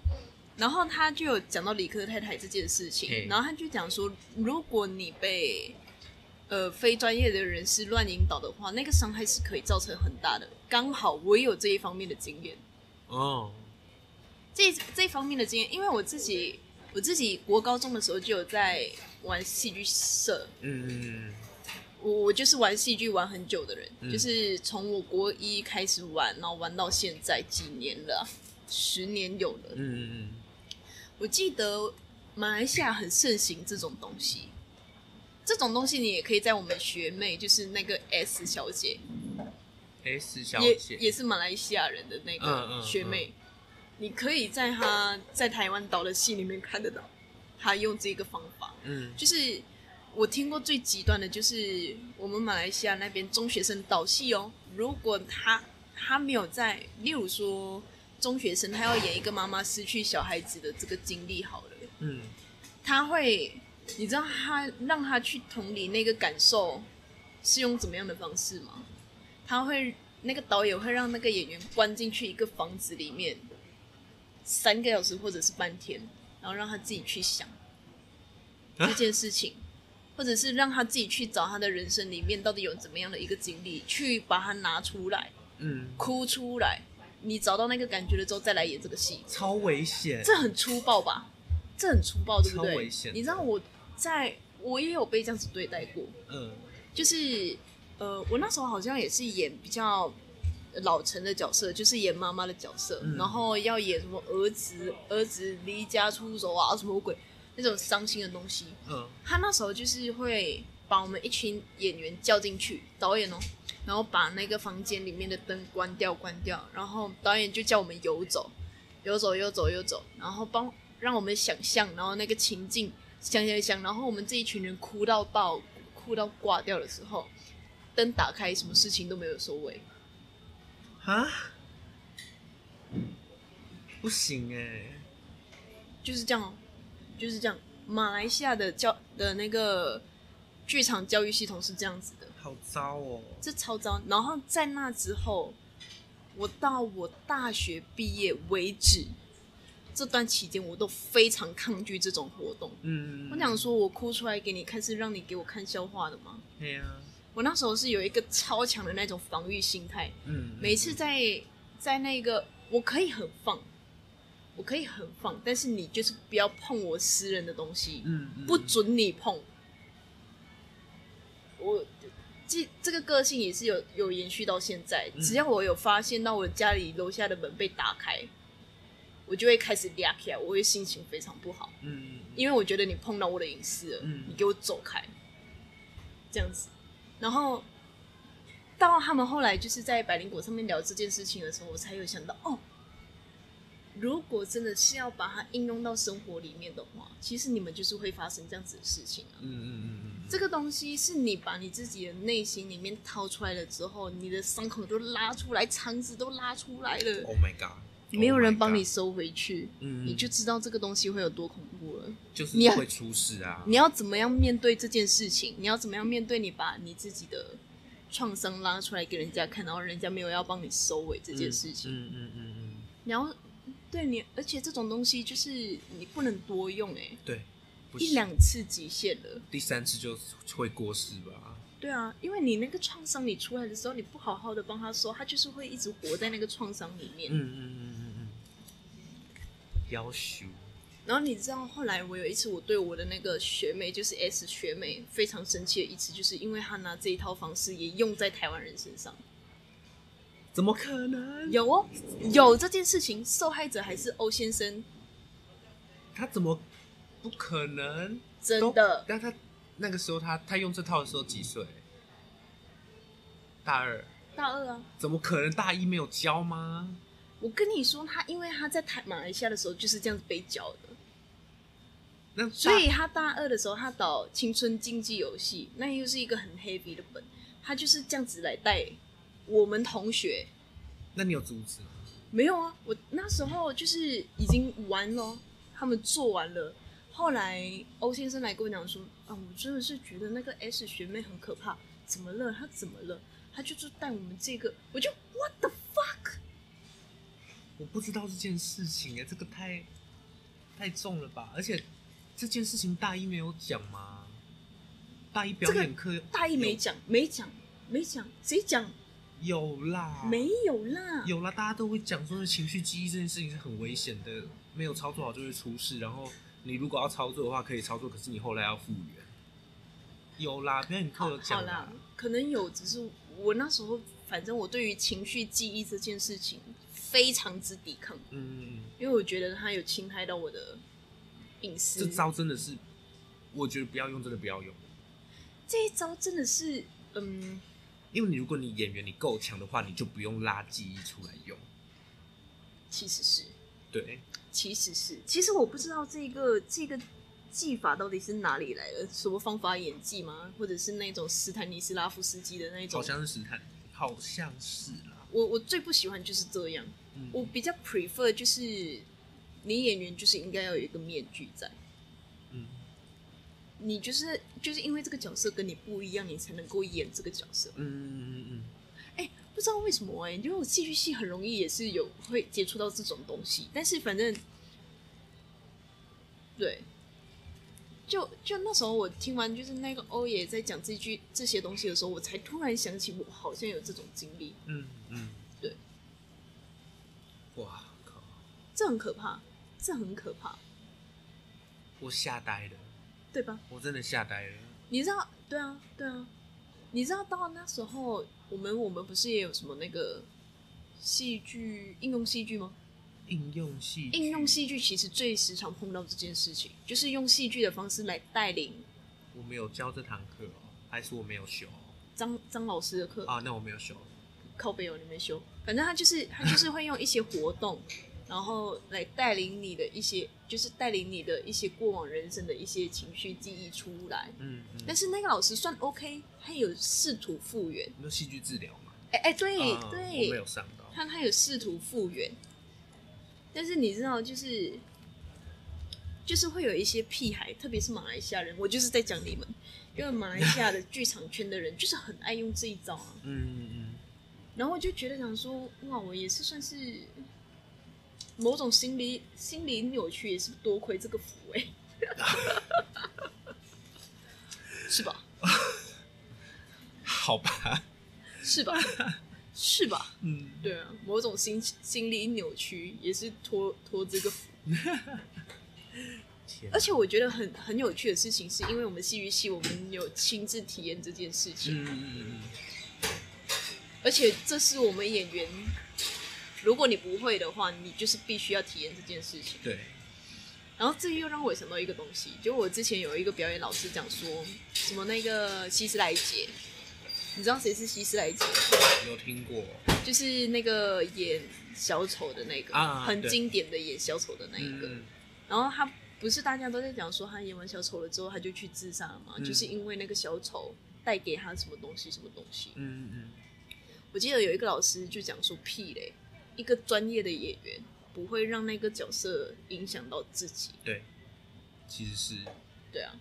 [SPEAKER 2] 然后他就有讲到理科太太这件事情
[SPEAKER 1] 嘿，
[SPEAKER 2] 然后他就讲说，如果你被呃非专业的人士乱引导的话，那个伤害是可以造成很大的。刚好我也有这一方面的经验，
[SPEAKER 1] 哦，
[SPEAKER 2] 这这一方面的经验，因为我自己我自己国高中的时候就有在玩戏剧社，
[SPEAKER 1] 嗯嗯
[SPEAKER 2] 我我就是玩戏剧玩很久的人，
[SPEAKER 1] 嗯
[SPEAKER 2] 就是从我国一开始玩，然后玩到现在几年了啊，十年有了
[SPEAKER 1] 嗯。嗯
[SPEAKER 2] 我记得马来西亚很盛行这种东西，这种东西你也可以在我们学妹，就是那个 S 小姐，
[SPEAKER 1] 嗯，S 小
[SPEAKER 2] 也
[SPEAKER 1] 姐，
[SPEAKER 2] 也是马来西亚人的那
[SPEAKER 1] 嗯
[SPEAKER 2] 个
[SPEAKER 1] 嗯
[SPEAKER 2] 学妹，你可以在她在台湾导的戏里面看得到，她用这个方法，
[SPEAKER 1] 嗯
[SPEAKER 2] 就是我听过最极端的就是我们马来西亚那边中学生导戏哦，如果他他没有在，例如说中学生他要演一个妈妈失去小孩子的这个经历好了。
[SPEAKER 1] 嗯
[SPEAKER 2] 他会，你知道他让他去同理那个感受是用怎么样的方式吗？他会那个导演会让那个演员关进去一个房子里面三个小时或者是半天，然后让他自己去想
[SPEAKER 1] 啊
[SPEAKER 2] 这件事情，或者是让他自己去找他的人生里面到底有怎么样的一个经历，去把它拿出来，
[SPEAKER 1] 嗯，
[SPEAKER 2] 哭出来。你找到那个感觉了之后，再来演这个戏。
[SPEAKER 1] 超危险，
[SPEAKER 2] 这很粗暴吧？这很粗暴，对不
[SPEAKER 1] 超
[SPEAKER 2] 对
[SPEAKER 1] 危险？的
[SPEAKER 2] 你知道我在我也有被这样子对待过，
[SPEAKER 1] 嗯
[SPEAKER 2] 就是呃，我那时候好像也是演比较老成的角色，就是演妈妈的角色，
[SPEAKER 1] 嗯
[SPEAKER 2] 然后要演什么儿子儿子离家出走啊，什么鬼那种伤心的东西。
[SPEAKER 1] 嗯
[SPEAKER 2] 他那时候就是会把我们一群演员叫进去，导演哦，然后把那个房间里面的灯关掉，关掉，然后导演就叫我们游走，游走，游走，游走，然后帮让我们想象，然后那个情境，想想想，然后我们这一群人哭到爆，哭到挂掉的时候，灯打开，什么事情都没有收尾，
[SPEAKER 1] 啊，不行哎，
[SPEAKER 2] 就是这样哦，就是这样。马来西亚的教的那个剧场教育系统是这样子的，
[SPEAKER 1] 好糟哦，
[SPEAKER 2] 这超糟。然后在那之后，我到我大学毕业为止，这段期间我都非常抗拒这种活动。
[SPEAKER 1] 嗯，
[SPEAKER 2] 我想说，我哭出来给你看，是让你给我看笑话的吗？
[SPEAKER 1] 对啊呀，
[SPEAKER 2] 我那时候是有一个超强的那种防御心态，
[SPEAKER 1] 嗯，
[SPEAKER 2] 每次在在那个我可以很放，我可以很放，但是你就是不要碰我私人的东西。
[SPEAKER 1] 嗯
[SPEAKER 2] 不准你碰。我这这个个性也是有有延续到现在，
[SPEAKER 1] 嗯
[SPEAKER 2] 只要我有发现到我家里楼下的门被打开，我就会开始嗲起来，我会心情非常不好，
[SPEAKER 1] 嗯
[SPEAKER 2] 因为我觉得你碰到我的隐私了，
[SPEAKER 1] 嗯
[SPEAKER 2] 你给我走开，这样子。然后到他们后来就是在百灵果上面聊这件事情的时候，我才有想到哦。如果真的是要把它应用到生活里面的话，其实你们就是会发生这样子的事情啊。
[SPEAKER 1] 嗯嗯嗯
[SPEAKER 2] 这个东西是你把你自己的内心里面掏出来了之后，你的伤口都拉出来，肠子都拉出来了，
[SPEAKER 1] ，Oh my God，
[SPEAKER 2] 没有人帮你，收回去，
[SPEAKER 1] 嗯，
[SPEAKER 2] 你就知道这个东西会有多恐怖了。
[SPEAKER 1] 就是
[SPEAKER 2] 你
[SPEAKER 1] 会出事啊，
[SPEAKER 2] 你要怎么样面对这件事情？你要怎么样面对你把你自己的创伤拉出来给人家看，然后人家没有要帮你收尾这件事情？
[SPEAKER 1] 嗯嗯嗯嗯，
[SPEAKER 2] 你要对你，而且这种东西就是你不能多用、欸，
[SPEAKER 1] 对，不
[SPEAKER 2] 一
[SPEAKER 1] 行
[SPEAKER 2] 两次极限了。
[SPEAKER 1] 第三次就会过世吧，
[SPEAKER 2] 对啊，因为你那个创伤，你出来的时候，你不好好的帮他说，他就是会一直活在那个创伤里面。
[SPEAKER 1] 嗯嗯嗯嗯嗯，要求，
[SPEAKER 2] 然后你知道，后来我有一次，我对我的那个学妹，就是 S 学妹，非常生气的一次，就是因为她拿这一套方式也用在台湾人身上。
[SPEAKER 1] 怎么可能？
[SPEAKER 2] 有哦，有这件事情，受害者还是欧先生，
[SPEAKER 1] 他怎么不可能？
[SPEAKER 2] 真的
[SPEAKER 1] 都。但他那个时候他他用这套的时候几岁？大二？
[SPEAKER 2] 大二啊，
[SPEAKER 1] 怎么可能大一没有教吗？
[SPEAKER 2] 我跟你说，他因为他在台马来西亚的时候就是这样子被教的，
[SPEAKER 1] 那大
[SPEAKER 2] 所以他大二的时候，他导青春竞技游戏，那又是一个很 heavy 的本，他就是这样子来带我们同学
[SPEAKER 1] 那你有阻止吗？
[SPEAKER 2] 没有啊，我那时候就是已经完了，他们做完了。后来欧先生来跟我讲说，啊，我真的是觉得那个 S 学妹很可怕，怎么了？她怎么了？她就是带我们这个，我就 What the fuck？
[SPEAKER 1] 我不知道这件事情哎、这个太太重了吧？而且这件事情大一没有讲吗？大一表
[SPEAKER 2] 这个
[SPEAKER 1] 演课
[SPEAKER 2] 大一没讲，没讲，没讲，谁讲？
[SPEAKER 1] 有啦，
[SPEAKER 2] 没有啦。
[SPEAKER 1] 有啦，大家都会讲说情绪记忆这件事情是很危险的，没有操作好就会出事。然后你如果要操作的话，可以操作，可是你后来要复原。有啦，表演课
[SPEAKER 2] 好
[SPEAKER 1] 有讲啊
[SPEAKER 2] 啦，可能有，只是我那时候，反正我对于情绪记忆这件事情非常之抵抗，
[SPEAKER 1] 嗯，
[SPEAKER 2] 因为我觉得它有侵害到我的隐私。
[SPEAKER 1] 这招真的是，我觉得不要用，真的不要用。
[SPEAKER 2] 这一招真的是，嗯，
[SPEAKER 1] 因为你如果你演员你够强的话，你就不用拉记忆出来用。
[SPEAKER 2] 其实是，
[SPEAKER 1] 对，
[SPEAKER 2] 其实是，其实我不知道这个这个技法到底是哪里来的，什么方法演技吗？或者是那种斯坦尼斯拉夫斯基的那一
[SPEAKER 1] 好
[SPEAKER 2] 种？
[SPEAKER 1] 像是试探，好像是啦。
[SPEAKER 2] 我我最不喜欢就是这样，
[SPEAKER 1] 嗯，
[SPEAKER 2] 我比较 prefer 就是你演员就是应该要有一个面具在。
[SPEAKER 1] 嗯，
[SPEAKER 2] 你就是就是因为这个角色跟你不一样，你才能够演这个角色。
[SPEAKER 1] 嗯嗯嗯
[SPEAKER 2] 不知道为什么哎、因为我戏剧系很容易也是有会接触到这种东西，但是反正对，就就那时候我听完就是那个欧也在讲这句这些东西的时候，我才突然想起我好像有这种经历，
[SPEAKER 1] 嗯嗯嗯，
[SPEAKER 2] 对。
[SPEAKER 1] 哇靠！
[SPEAKER 2] 这很可怕，这很可怕，
[SPEAKER 1] 我吓呆了，
[SPEAKER 2] 对吧？
[SPEAKER 1] 我真的吓呆了。
[SPEAKER 2] 你知道，对啊，对啊，你知道到那时候我们我们不是也有什么那个戏剧应用戏剧吗？
[SPEAKER 1] 应用戏剧
[SPEAKER 2] 应用，戏剧其实最时常碰到这件事情，就是用戏剧的方式来带领
[SPEAKER 1] 我没有教这堂课哦，还是我没有修
[SPEAKER 2] 张张老师的课，
[SPEAKER 1] 啊？那我没有修。
[SPEAKER 2] 靠背有你没修，反正他就是他就是会用一些活动，然后来带领你的一些，就是带领你的一些过往人生的一些情绪记忆出来。
[SPEAKER 1] 嗯嗯，
[SPEAKER 2] 但是那个老师算 OK，他有试图复原，
[SPEAKER 1] 你说戏剧治疗嘛？
[SPEAKER 2] 哎、哎、对、
[SPEAKER 1] 啊我没
[SPEAKER 2] 对
[SPEAKER 1] 有，上到。
[SPEAKER 2] 他他有试图复原，但是你知道就是。就是会有一些屁孩，特别是马来西亚人，我就是在讲你们，因为马来西亚的剧场圈的人就是很爱用这一招啊。
[SPEAKER 1] 嗯嗯
[SPEAKER 2] 然后我就觉得想说，哇，我也是算是某种心理心理扭曲，也是多亏这个福哎、 是吧？
[SPEAKER 1] 嗯，好吧。
[SPEAKER 2] 是吧？是吧？
[SPEAKER 1] 嗯，
[SPEAKER 2] 对啊，某种心心理扭曲也是托托这个福。
[SPEAKER 1] 天哪
[SPEAKER 2] 而且我觉得很很有趣的事情，是因为我们戏剧系，我们有亲自体验这件事情，
[SPEAKER 1] 嗯嗯嗯
[SPEAKER 2] 而且这是我们演员，如果你不会的话，你就是必须要体验这件事情。
[SPEAKER 1] 对，
[SPEAKER 2] 然后这又让我想到一个东西，就我之前有一个表演老师讲说，什么那个希斯莱杰，你知道谁是希斯莱杰？
[SPEAKER 1] 有听过。
[SPEAKER 2] 就是那个演小丑的那个，
[SPEAKER 1] 啊
[SPEAKER 2] 很
[SPEAKER 1] 对
[SPEAKER 2] 经典的演小丑的那一个。
[SPEAKER 1] 嗯，
[SPEAKER 2] 然后他不是大家都在讲说他演完小丑了之后他就去自杀了嘛，
[SPEAKER 1] 嗯
[SPEAKER 2] 就是因为那个小丑带给他什么东西什么东西。
[SPEAKER 1] 嗯嗯
[SPEAKER 2] 我记得有一个老师就讲说屁嘞，一个专业的演员不会让那个角色影响到自己。
[SPEAKER 1] 对，其实是
[SPEAKER 2] 对啊，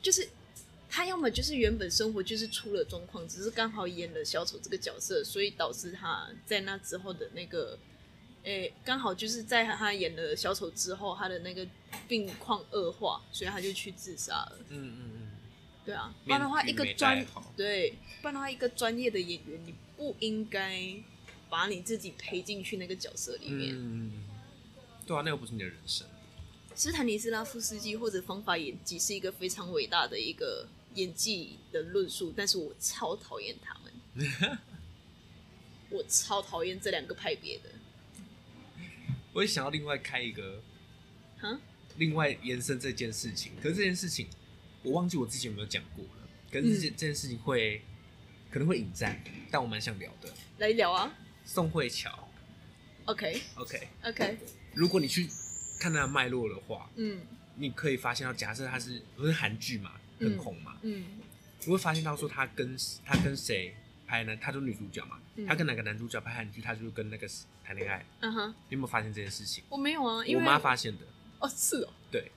[SPEAKER 2] 就是他要么就是原本生活就是出了状况，只是刚好演了小丑这个角色，所以导致他在那之后的那个，诶、刚好就是在他演了小丑之后，他的那个病况恶化，所以他就去自杀了。
[SPEAKER 1] 嗯嗯嗯，
[SPEAKER 2] 对啊，不然的话一
[SPEAKER 1] 面具
[SPEAKER 2] 个
[SPEAKER 1] 没
[SPEAKER 2] 专
[SPEAKER 1] 戴好
[SPEAKER 2] 对，不然的话一个专业的演员，你不应该把你自己陪进去那个角色里面。
[SPEAKER 1] 嗯，对啊，那又不是你的人生。
[SPEAKER 2] 斯坦尼斯拉夫斯基或者方法演技是一个非常伟大的一个演技的论述，但是我超讨厌他们， 我超讨厌这两个派别的。
[SPEAKER 1] 我也想要另外开一个，
[SPEAKER 2] 哈，
[SPEAKER 1] 另外延伸这件事情。可是这件事情，我忘记我之前有没有讲过了。可是这
[SPEAKER 2] 嗯
[SPEAKER 1] 件、这件事情会可能会引战，但我蛮想聊的。
[SPEAKER 2] 来聊啊
[SPEAKER 1] 宋慧乔
[SPEAKER 2] ，OK
[SPEAKER 1] ，OK，
[SPEAKER 2] OK，
[SPEAKER 1] 如果你去看她的脉络的话，
[SPEAKER 2] 嗯
[SPEAKER 1] 你可以发现到，假设她是不是韩剧嘛，很红嘛，
[SPEAKER 2] 嗯
[SPEAKER 1] 你会发现到说她跟她跟谁，拍男，她就女主角嘛，
[SPEAKER 2] 嗯
[SPEAKER 1] 她跟哪个男主角拍韩剧，她就跟那个谈恋爱。
[SPEAKER 2] 嗯哼，
[SPEAKER 1] 你有没有发现这件事情？
[SPEAKER 2] 我没有啊，因
[SPEAKER 1] 我
[SPEAKER 2] 为
[SPEAKER 1] 妈发现的，
[SPEAKER 2] 哦是哦，
[SPEAKER 1] 对，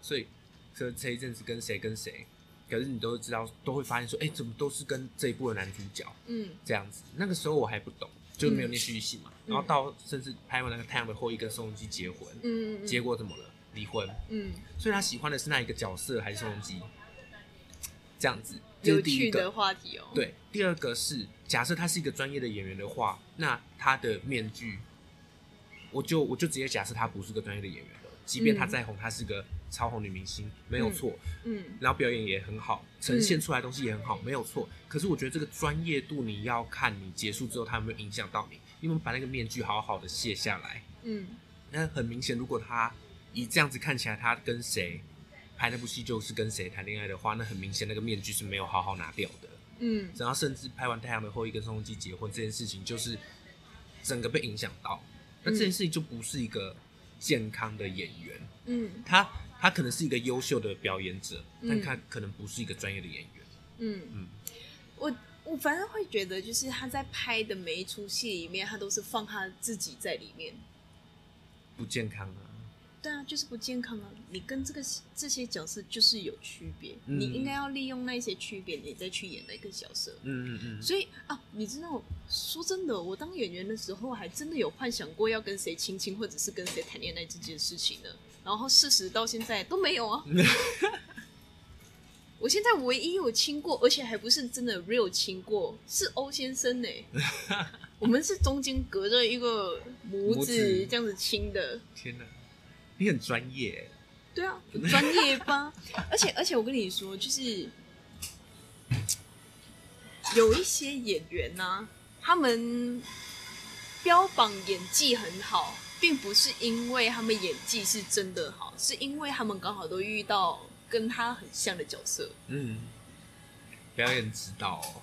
[SPEAKER 1] 所以这这一阵子跟谁跟谁，可是你都知道，都会发现说，哎、怎么都是跟这一部的男主角
[SPEAKER 2] 嗯
[SPEAKER 1] 这样子。那个时候我还不懂，就没有念续集嘛。
[SPEAKER 2] 嗯
[SPEAKER 1] 然后到甚至拍完那个《太阳的后裔》跟宋仲基结婚，
[SPEAKER 2] 嗯嗯
[SPEAKER 1] 结果怎么了？离婚。
[SPEAKER 2] 嗯，
[SPEAKER 1] 所以他喜欢的是那一个角色还是宋仲基？这样子，这
[SPEAKER 2] 有
[SPEAKER 1] 是第
[SPEAKER 2] 趣
[SPEAKER 1] 一
[SPEAKER 2] 的
[SPEAKER 1] 个。
[SPEAKER 2] 话题哦，，
[SPEAKER 1] 对，第二个是假设他是一个专业的演员的话，那他的面具，我就我就直接假设他不是个专业的演员了，即便他再红，他是个超红女明星，没有错，
[SPEAKER 2] 嗯
[SPEAKER 1] 然后表演也很好，呈现出来的东西也很好，没有错。可是我觉得这个专业度你要看你结束之后他有没有影响到你，你们把那个面具好好的卸下来。
[SPEAKER 2] 嗯
[SPEAKER 1] 那很明显，如果他以这样子看起来，他跟谁拍那部戏就是跟谁谈恋爱的话，那很明显那个面具是没有好好拿掉的。
[SPEAKER 2] 嗯
[SPEAKER 1] 然后甚至拍完《太阳的后裔》跟宋仲基结婚这件事情，就是整个被影响到。那这件事情就不是一个健康的演员，
[SPEAKER 2] 嗯
[SPEAKER 1] 他他可能是一个优秀的表演者，
[SPEAKER 2] 嗯
[SPEAKER 1] 但他可能不是一个专业的演员。
[SPEAKER 2] 嗯，
[SPEAKER 1] 嗯，
[SPEAKER 2] 我我反正会觉得，就是他在拍的每一出戏里面，他都是放他自己在里面。
[SPEAKER 1] 不健康啊。
[SPEAKER 2] 对啊，就是不健康啊！你跟这个这些角色就是有区别，
[SPEAKER 1] 嗯
[SPEAKER 2] 你应该要利用那些区别，你再去演那个角色。
[SPEAKER 1] 嗯嗯嗯，
[SPEAKER 2] 所以啊，你知道，说真的，我当演员的时候，还真的有幻想过要跟谁亲亲，或者是跟谁谈恋爱这件事情呢。然后事实到现在都没有啊。我现在唯一有亲过，而且还不是真的 real 亲过，是欧先生呢、我们是中间隔着一个
[SPEAKER 1] 拇
[SPEAKER 2] 拇
[SPEAKER 1] 指
[SPEAKER 2] 指这样子亲的。
[SPEAKER 1] 天哪，你很专业。
[SPEAKER 2] 对 啊，专业吧。而且而且，我跟你说，就是有一些演员呢、他们标榜演技很好，并不是因为他们演技是真的好，是因为他们刚好都遇到跟他很像的角色。
[SPEAKER 1] 嗯，表演指导、哦。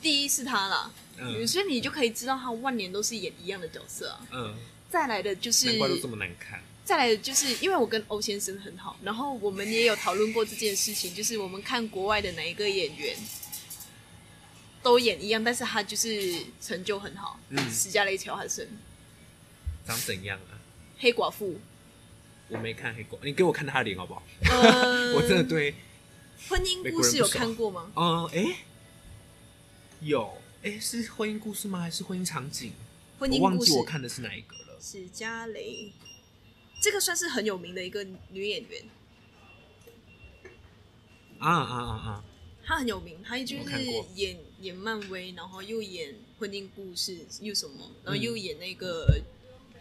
[SPEAKER 2] 第一是他啦，
[SPEAKER 1] 嗯
[SPEAKER 2] 所以你就可以知道他万年都是演一样的角色啊。
[SPEAKER 1] 嗯，
[SPEAKER 2] 再来的就是
[SPEAKER 1] 难怪都这么难看。
[SPEAKER 2] 再来就是因为我跟欧先生很好，然后我们也有讨论过这件事情，就是我们看国外的哪一个演员都演一样，但是他就是成就很好，
[SPEAKER 1] 嗯
[SPEAKER 2] 史嘉蕾·乔汉森，
[SPEAKER 1] 长怎样啊？
[SPEAKER 2] 黑寡妇，
[SPEAKER 1] 我没看黑狗，你给我看他的脸好不好？
[SPEAKER 2] 呃，
[SPEAKER 1] 我真的对
[SPEAKER 2] 婚姻故事有看过吗？
[SPEAKER 1] 嗯，哎、有，哎、是婚姻故事吗？还是婚姻场景？
[SPEAKER 2] 婚姻
[SPEAKER 1] 我忘
[SPEAKER 2] 故
[SPEAKER 1] 记
[SPEAKER 2] 事，
[SPEAKER 1] 我看的是哪一个了。
[SPEAKER 2] 史嘉蕾，这个算是很有名的一个女演员，
[SPEAKER 1] 啊啊啊啊！
[SPEAKER 2] 她很有名，她就
[SPEAKER 1] 我
[SPEAKER 2] 是
[SPEAKER 1] 看过
[SPEAKER 2] 演演漫威，然后又演婚姻故事，又什么，然后
[SPEAKER 1] 嗯
[SPEAKER 2] 又演那个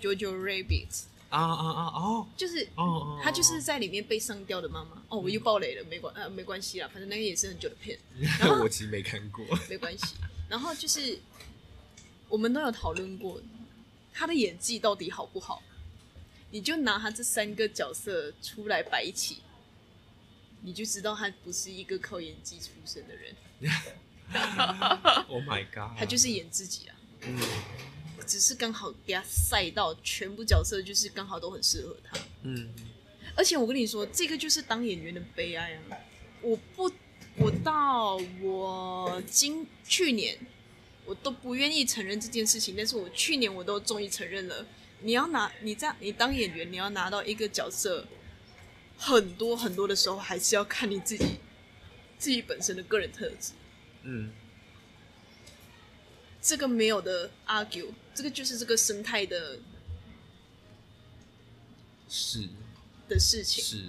[SPEAKER 2] JoJo Rabbit。
[SPEAKER 1] 啊啊啊！哦
[SPEAKER 2] 就是
[SPEAKER 1] 哦哦，
[SPEAKER 2] 她就是在里面被上吊的妈妈。哦，我又爆雷了，没关呃没关系啦，反正那个也是很久的片，然
[SPEAKER 1] 哦
[SPEAKER 2] 后
[SPEAKER 1] 我其实没看过。
[SPEAKER 2] 没关系。然后就是我们都有讨论过她的演技到底好不好，你就拿她这三个角色出来摆一起，你就知道她不是一个靠演技出身的人，
[SPEAKER 1] Oh my god！
[SPEAKER 2] 她就是演自己啊。
[SPEAKER 1] 嗯
[SPEAKER 2] 只是刚好给她赛到全部角色，就是刚好都很适合她。
[SPEAKER 1] 嗯
[SPEAKER 2] 而且我跟你说，这个就是当演员的悲哀啊！我不，我到我今去年我都不愿意承认这件事情，但是我去年我都终于承认了。你要拿你这样，你当演员，你要拿到一个角色，很多很多的时候，还是要看你自己自己本身的个人特质。
[SPEAKER 1] 嗯，
[SPEAKER 2] 这个没有的 argue，这个就是这个生态的
[SPEAKER 1] 是
[SPEAKER 2] 的事情。
[SPEAKER 1] 是，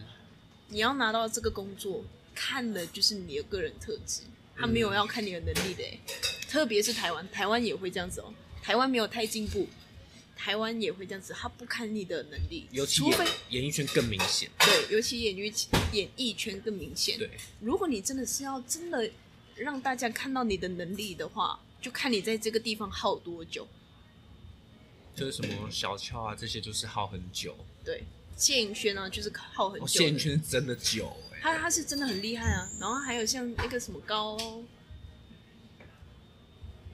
[SPEAKER 2] 你要拿到这个工作，看的就是你的个人特质，他没有要看你的能力的、欸。特别是台湾，台湾也会这样子哦、台湾没有太进步，台湾也会这样子，他不看你的能力，
[SPEAKER 1] 尤其
[SPEAKER 2] 除
[SPEAKER 1] 演
[SPEAKER 2] 非
[SPEAKER 1] 演艺圈更明显。
[SPEAKER 2] 对，尤其演艺演艺圈更明显。
[SPEAKER 1] 对，
[SPEAKER 2] 如果你真的是要真的让大家看到你的能力的话，就看你在这个地方耗多久。
[SPEAKER 1] 就是什么小俏啊，这些就是耗很久。
[SPEAKER 2] 对，谢颖轩呢，就是耗很久
[SPEAKER 1] 哦，
[SPEAKER 2] 的。
[SPEAKER 1] 谢颖圈是真的久哎、
[SPEAKER 2] 他他是真的很厉害啊。然后还有像那个什么高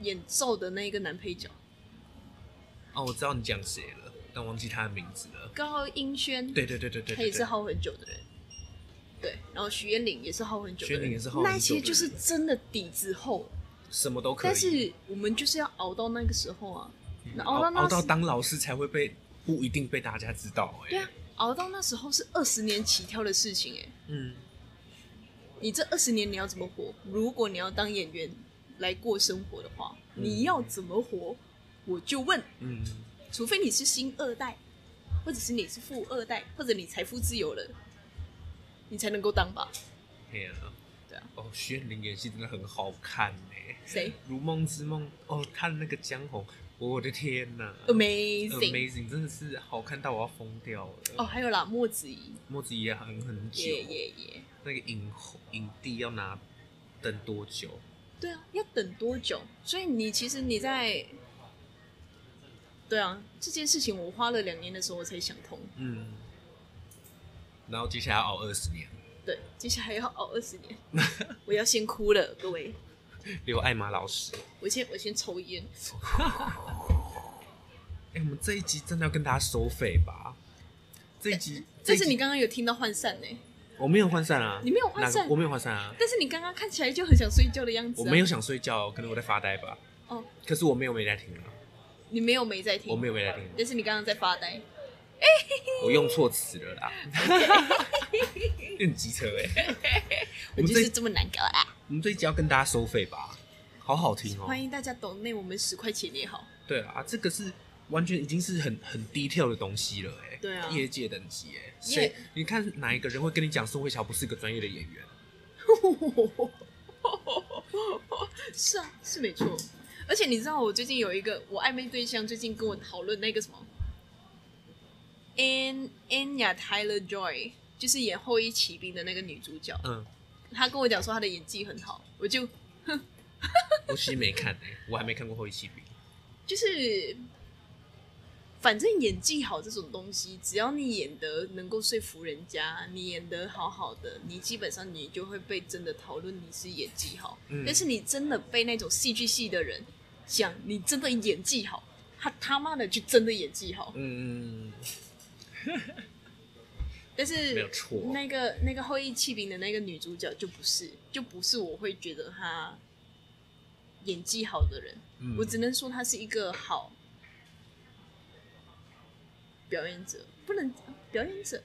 [SPEAKER 2] 演奏的那一个男配角
[SPEAKER 1] 哦，我知道你讲谁了，但忘记他的名字了。
[SPEAKER 2] 高英轩，
[SPEAKER 1] 对对对对对，
[SPEAKER 2] 他
[SPEAKER 1] 对
[SPEAKER 2] 也是
[SPEAKER 1] 对
[SPEAKER 2] 耗很久的人。对，然后徐彦霖也是耗很久的人，
[SPEAKER 1] 徐彦霖也是耗很久的人
[SPEAKER 2] 那些就是真的底子厚，
[SPEAKER 1] 什么都可以。
[SPEAKER 2] 但是我们就是要熬到那个时候啊，那
[SPEAKER 1] 熬
[SPEAKER 2] 熬到那
[SPEAKER 1] 熬到
[SPEAKER 2] 时
[SPEAKER 1] 当老师才会被不一定被大家知道、哎，
[SPEAKER 2] 对啊，熬到那时候是二十年起跳的事情哎、
[SPEAKER 1] 嗯，
[SPEAKER 2] 你这二十年你要怎么活？如果你要当演员来过生活的话，你要怎么活？我就问，
[SPEAKER 1] 嗯
[SPEAKER 2] 除非你是星二代，或者是你是富二代，或者你财富自由了，你才能够当吧？
[SPEAKER 1] 对啊，
[SPEAKER 2] 对啊。
[SPEAKER 1] 哦，徐彦霖演戏真的很好看哎、
[SPEAKER 2] 谁
[SPEAKER 1] 如梦之梦》哦，他的那个江红，我的天呐、
[SPEAKER 2] ？Amazing！
[SPEAKER 1] Amazing，真的是好看到我要疯掉了。
[SPEAKER 2] 哦，还有啦，莫子仪，
[SPEAKER 1] 墨子也很很久
[SPEAKER 2] 耶耶耶！
[SPEAKER 1] 那个影后影帝要拿等多久？
[SPEAKER 2] 对啊，要等多久？所以你其实你在，对啊，这件事情我花了两年的时候我才想通。
[SPEAKER 1] 嗯，然后接下来要熬二十年，
[SPEAKER 2] 对，接下来要熬二十 年，我要先哭了，各位。
[SPEAKER 1] 留艾玛老师。
[SPEAKER 2] 我先我先抽烟，
[SPEAKER 1] 哎、我们这一集真的要跟大家收费吧？这一集，这
[SPEAKER 2] 但
[SPEAKER 1] 一集
[SPEAKER 2] 是你刚刚有听到涣散呢、
[SPEAKER 1] 我没有换散啊，
[SPEAKER 2] 你没有涣
[SPEAKER 1] 哪
[SPEAKER 2] 散
[SPEAKER 1] 个我没有换散啊，
[SPEAKER 2] 但是你刚刚看起来就很想睡觉的样子、
[SPEAKER 1] 我
[SPEAKER 2] 啊。
[SPEAKER 1] 没有想睡觉，可能我在发呆吧。
[SPEAKER 2] 哦，
[SPEAKER 1] 可是我没有没在听啊，
[SPEAKER 2] 你没有没在听，
[SPEAKER 1] 我没有没在听，啊
[SPEAKER 2] 但是你刚刚在发呆。
[SPEAKER 1] 我用错词了啦。用机车哎、我
[SPEAKER 2] 我
[SPEAKER 1] 们
[SPEAKER 2] 就
[SPEAKER 1] 这
[SPEAKER 2] 是
[SPEAKER 1] 一
[SPEAKER 2] 这么难搞啊！
[SPEAKER 1] 我们这一集要跟大家收费吧？好好听哦、
[SPEAKER 2] 欢迎大家懂内我们十块钱也好，
[SPEAKER 1] 对啊，这个是完全已经是很很低调的东西了、哎，
[SPEAKER 2] 对啊
[SPEAKER 1] 业界等级、哎，
[SPEAKER 2] 因
[SPEAKER 1] 谁
[SPEAKER 2] 为
[SPEAKER 1] 你看哪一个人会跟你讲宋慧乔不是个专业的演员？
[SPEAKER 2] 是啊，是没错。而且你知道我最近有一个我暧昧对象，最近跟我讨论那个什么 An Anya Tyler Joy，就是演《后羿骑兵》的那个女主角，
[SPEAKER 1] 嗯，
[SPEAKER 2] 她跟我讲说她的演技很好，我就
[SPEAKER 1] 我其实没看、哎，我还没看过《后羿骑兵》。
[SPEAKER 2] 就是，反正演技好这种东西，只要你演得能够说服人家，你演得好好的，你基本上你就会被真的讨论你是演技好。
[SPEAKER 1] 嗯
[SPEAKER 2] 但是你真的被那种戏剧系的人讲你真的演技好，他他妈的就真的演技好。
[SPEAKER 1] 嗯，
[SPEAKER 2] 但
[SPEAKER 1] 没有
[SPEAKER 2] 是
[SPEAKER 1] 错。
[SPEAKER 2] 那个那个后羿弃兵的那个女主角就不是，就不是我会觉得她演技好的人。
[SPEAKER 1] 嗯
[SPEAKER 2] 我只能说他是一个好表演者，不能表演者，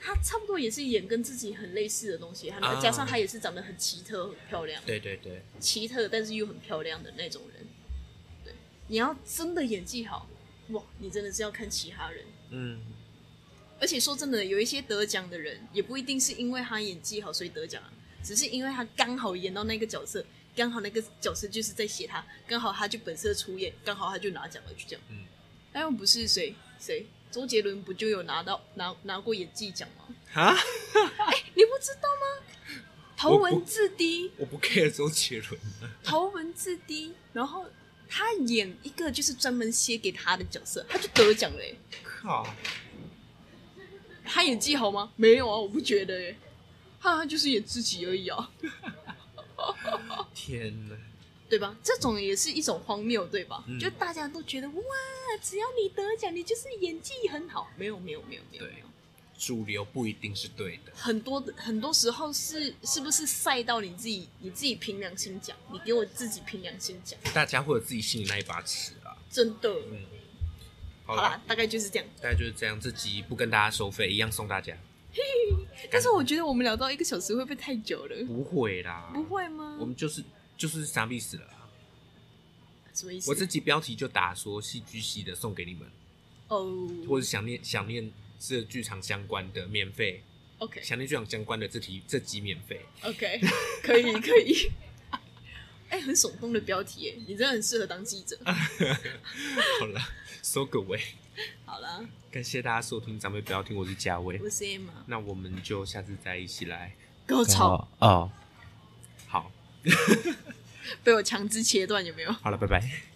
[SPEAKER 2] 他差不多也是演跟自己很类似的东西，他、
[SPEAKER 1] 啊
[SPEAKER 2] 加上他也是长得很奇特、很漂亮，
[SPEAKER 1] 对对对，
[SPEAKER 2] 奇特但是又很漂亮的那种人。对，你要真的演技好，哇，你真的是要看其他人。
[SPEAKER 1] 嗯，
[SPEAKER 2] 而且说真的，有一些得奖的人也不一定是因为他演技好所以得奖啊，只是因为他刚好演到那个角色，刚好那个角色就是在写他，刚好他就本色出演，刚好他就拿奖了，就这样。
[SPEAKER 1] 嗯，
[SPEAKER 2] 但又哎不是谁谁，周杰伦不就有拿到拿拿过演技奖吗？
[SPEAKER 1] 哈，
[SPEAKER 2] 你不知道吗？ 头文字 D，
[SPEAKER 1] 我不 care 周杰伦了。
[SPEAKER 2] 头文字 D，然后他演一个就是专门写给他的角色，他就得奖了、欸。
[SPEAKER 1] 靠，
[SPEAKER 2] 他演技好吗？没有啊，我不觉得哎、他他就是演自己而已啊，
[SPEAKER 1] 天哪！
[SPEAKER 2] 对吧？这种也是一种荒谬，对吧？
[SPEAKER 1] 嗯
[SPEAKER 2] 就大家都觉得哇，只要你得奖，你就是演技很好。没有，没有，没有，没有，
[SPEAKER 1] 对
[SPEAKER 2] 没有。
[SPEAKER 1] 主流不一定是对的。
[SPEAKER 2] 很多的很多时候是是不是赛到你自己，你自己凭良心讲，你给我自己凭良心讲，
[SPEAKER 1] 大家会有自己心里那一把尺啊。
[SPEAKER 2] 真的。
[SPEAKER 1] 嗯，好
[SPEAKER 2] 好
[SPEAKER 1] 啦
[SPEAKER 2] 啦，，大概就是这样。
[SPEAKER 1] 大概就是这样。这集不跟大家收费，一样送大家。
[SPEAKER 2] 但是我觉得我们聊到一个小时会不会太久了？
[SPEAKER 1] 不会啦，
[SPEAKER 2] 不，会吗
[SPEAKER 1] 我？们就是就是傻逼死了啊。
[SPEAKER 2] 什么意思
[SPEAKER 1] 我？这集标题就打说戏剧系的送给你们，
[SPEAKER 2] 哦
[SPEAKER 1] 或者想念想念这剧场相关的免费，
[SPEAKER 2] ，OK
[SPEAKER 1] 想念剧场相关的这题这集免费。
[SPEAKER 2] OK，可以 可以。哎，很耸动的标题耶，你真的很适合当记者。
[SPEAKER 1] 啊好了，收个尾，
[SPEAKER 2] 好啦，
[SPEAKER 1] 感谢大家收听，咱们不要听，我是嘉威，
[SPEAKER 2] 我是 Emma，
[SPEAKER 1] 那我们就下次再一起来。
[SPEAKER 2] 跟我吵，
[SPEAKER 1] 哦，好，
[SPEAKER 2] 被我强制切断有没有？
[SPEAKER 1] 好了，拜拜。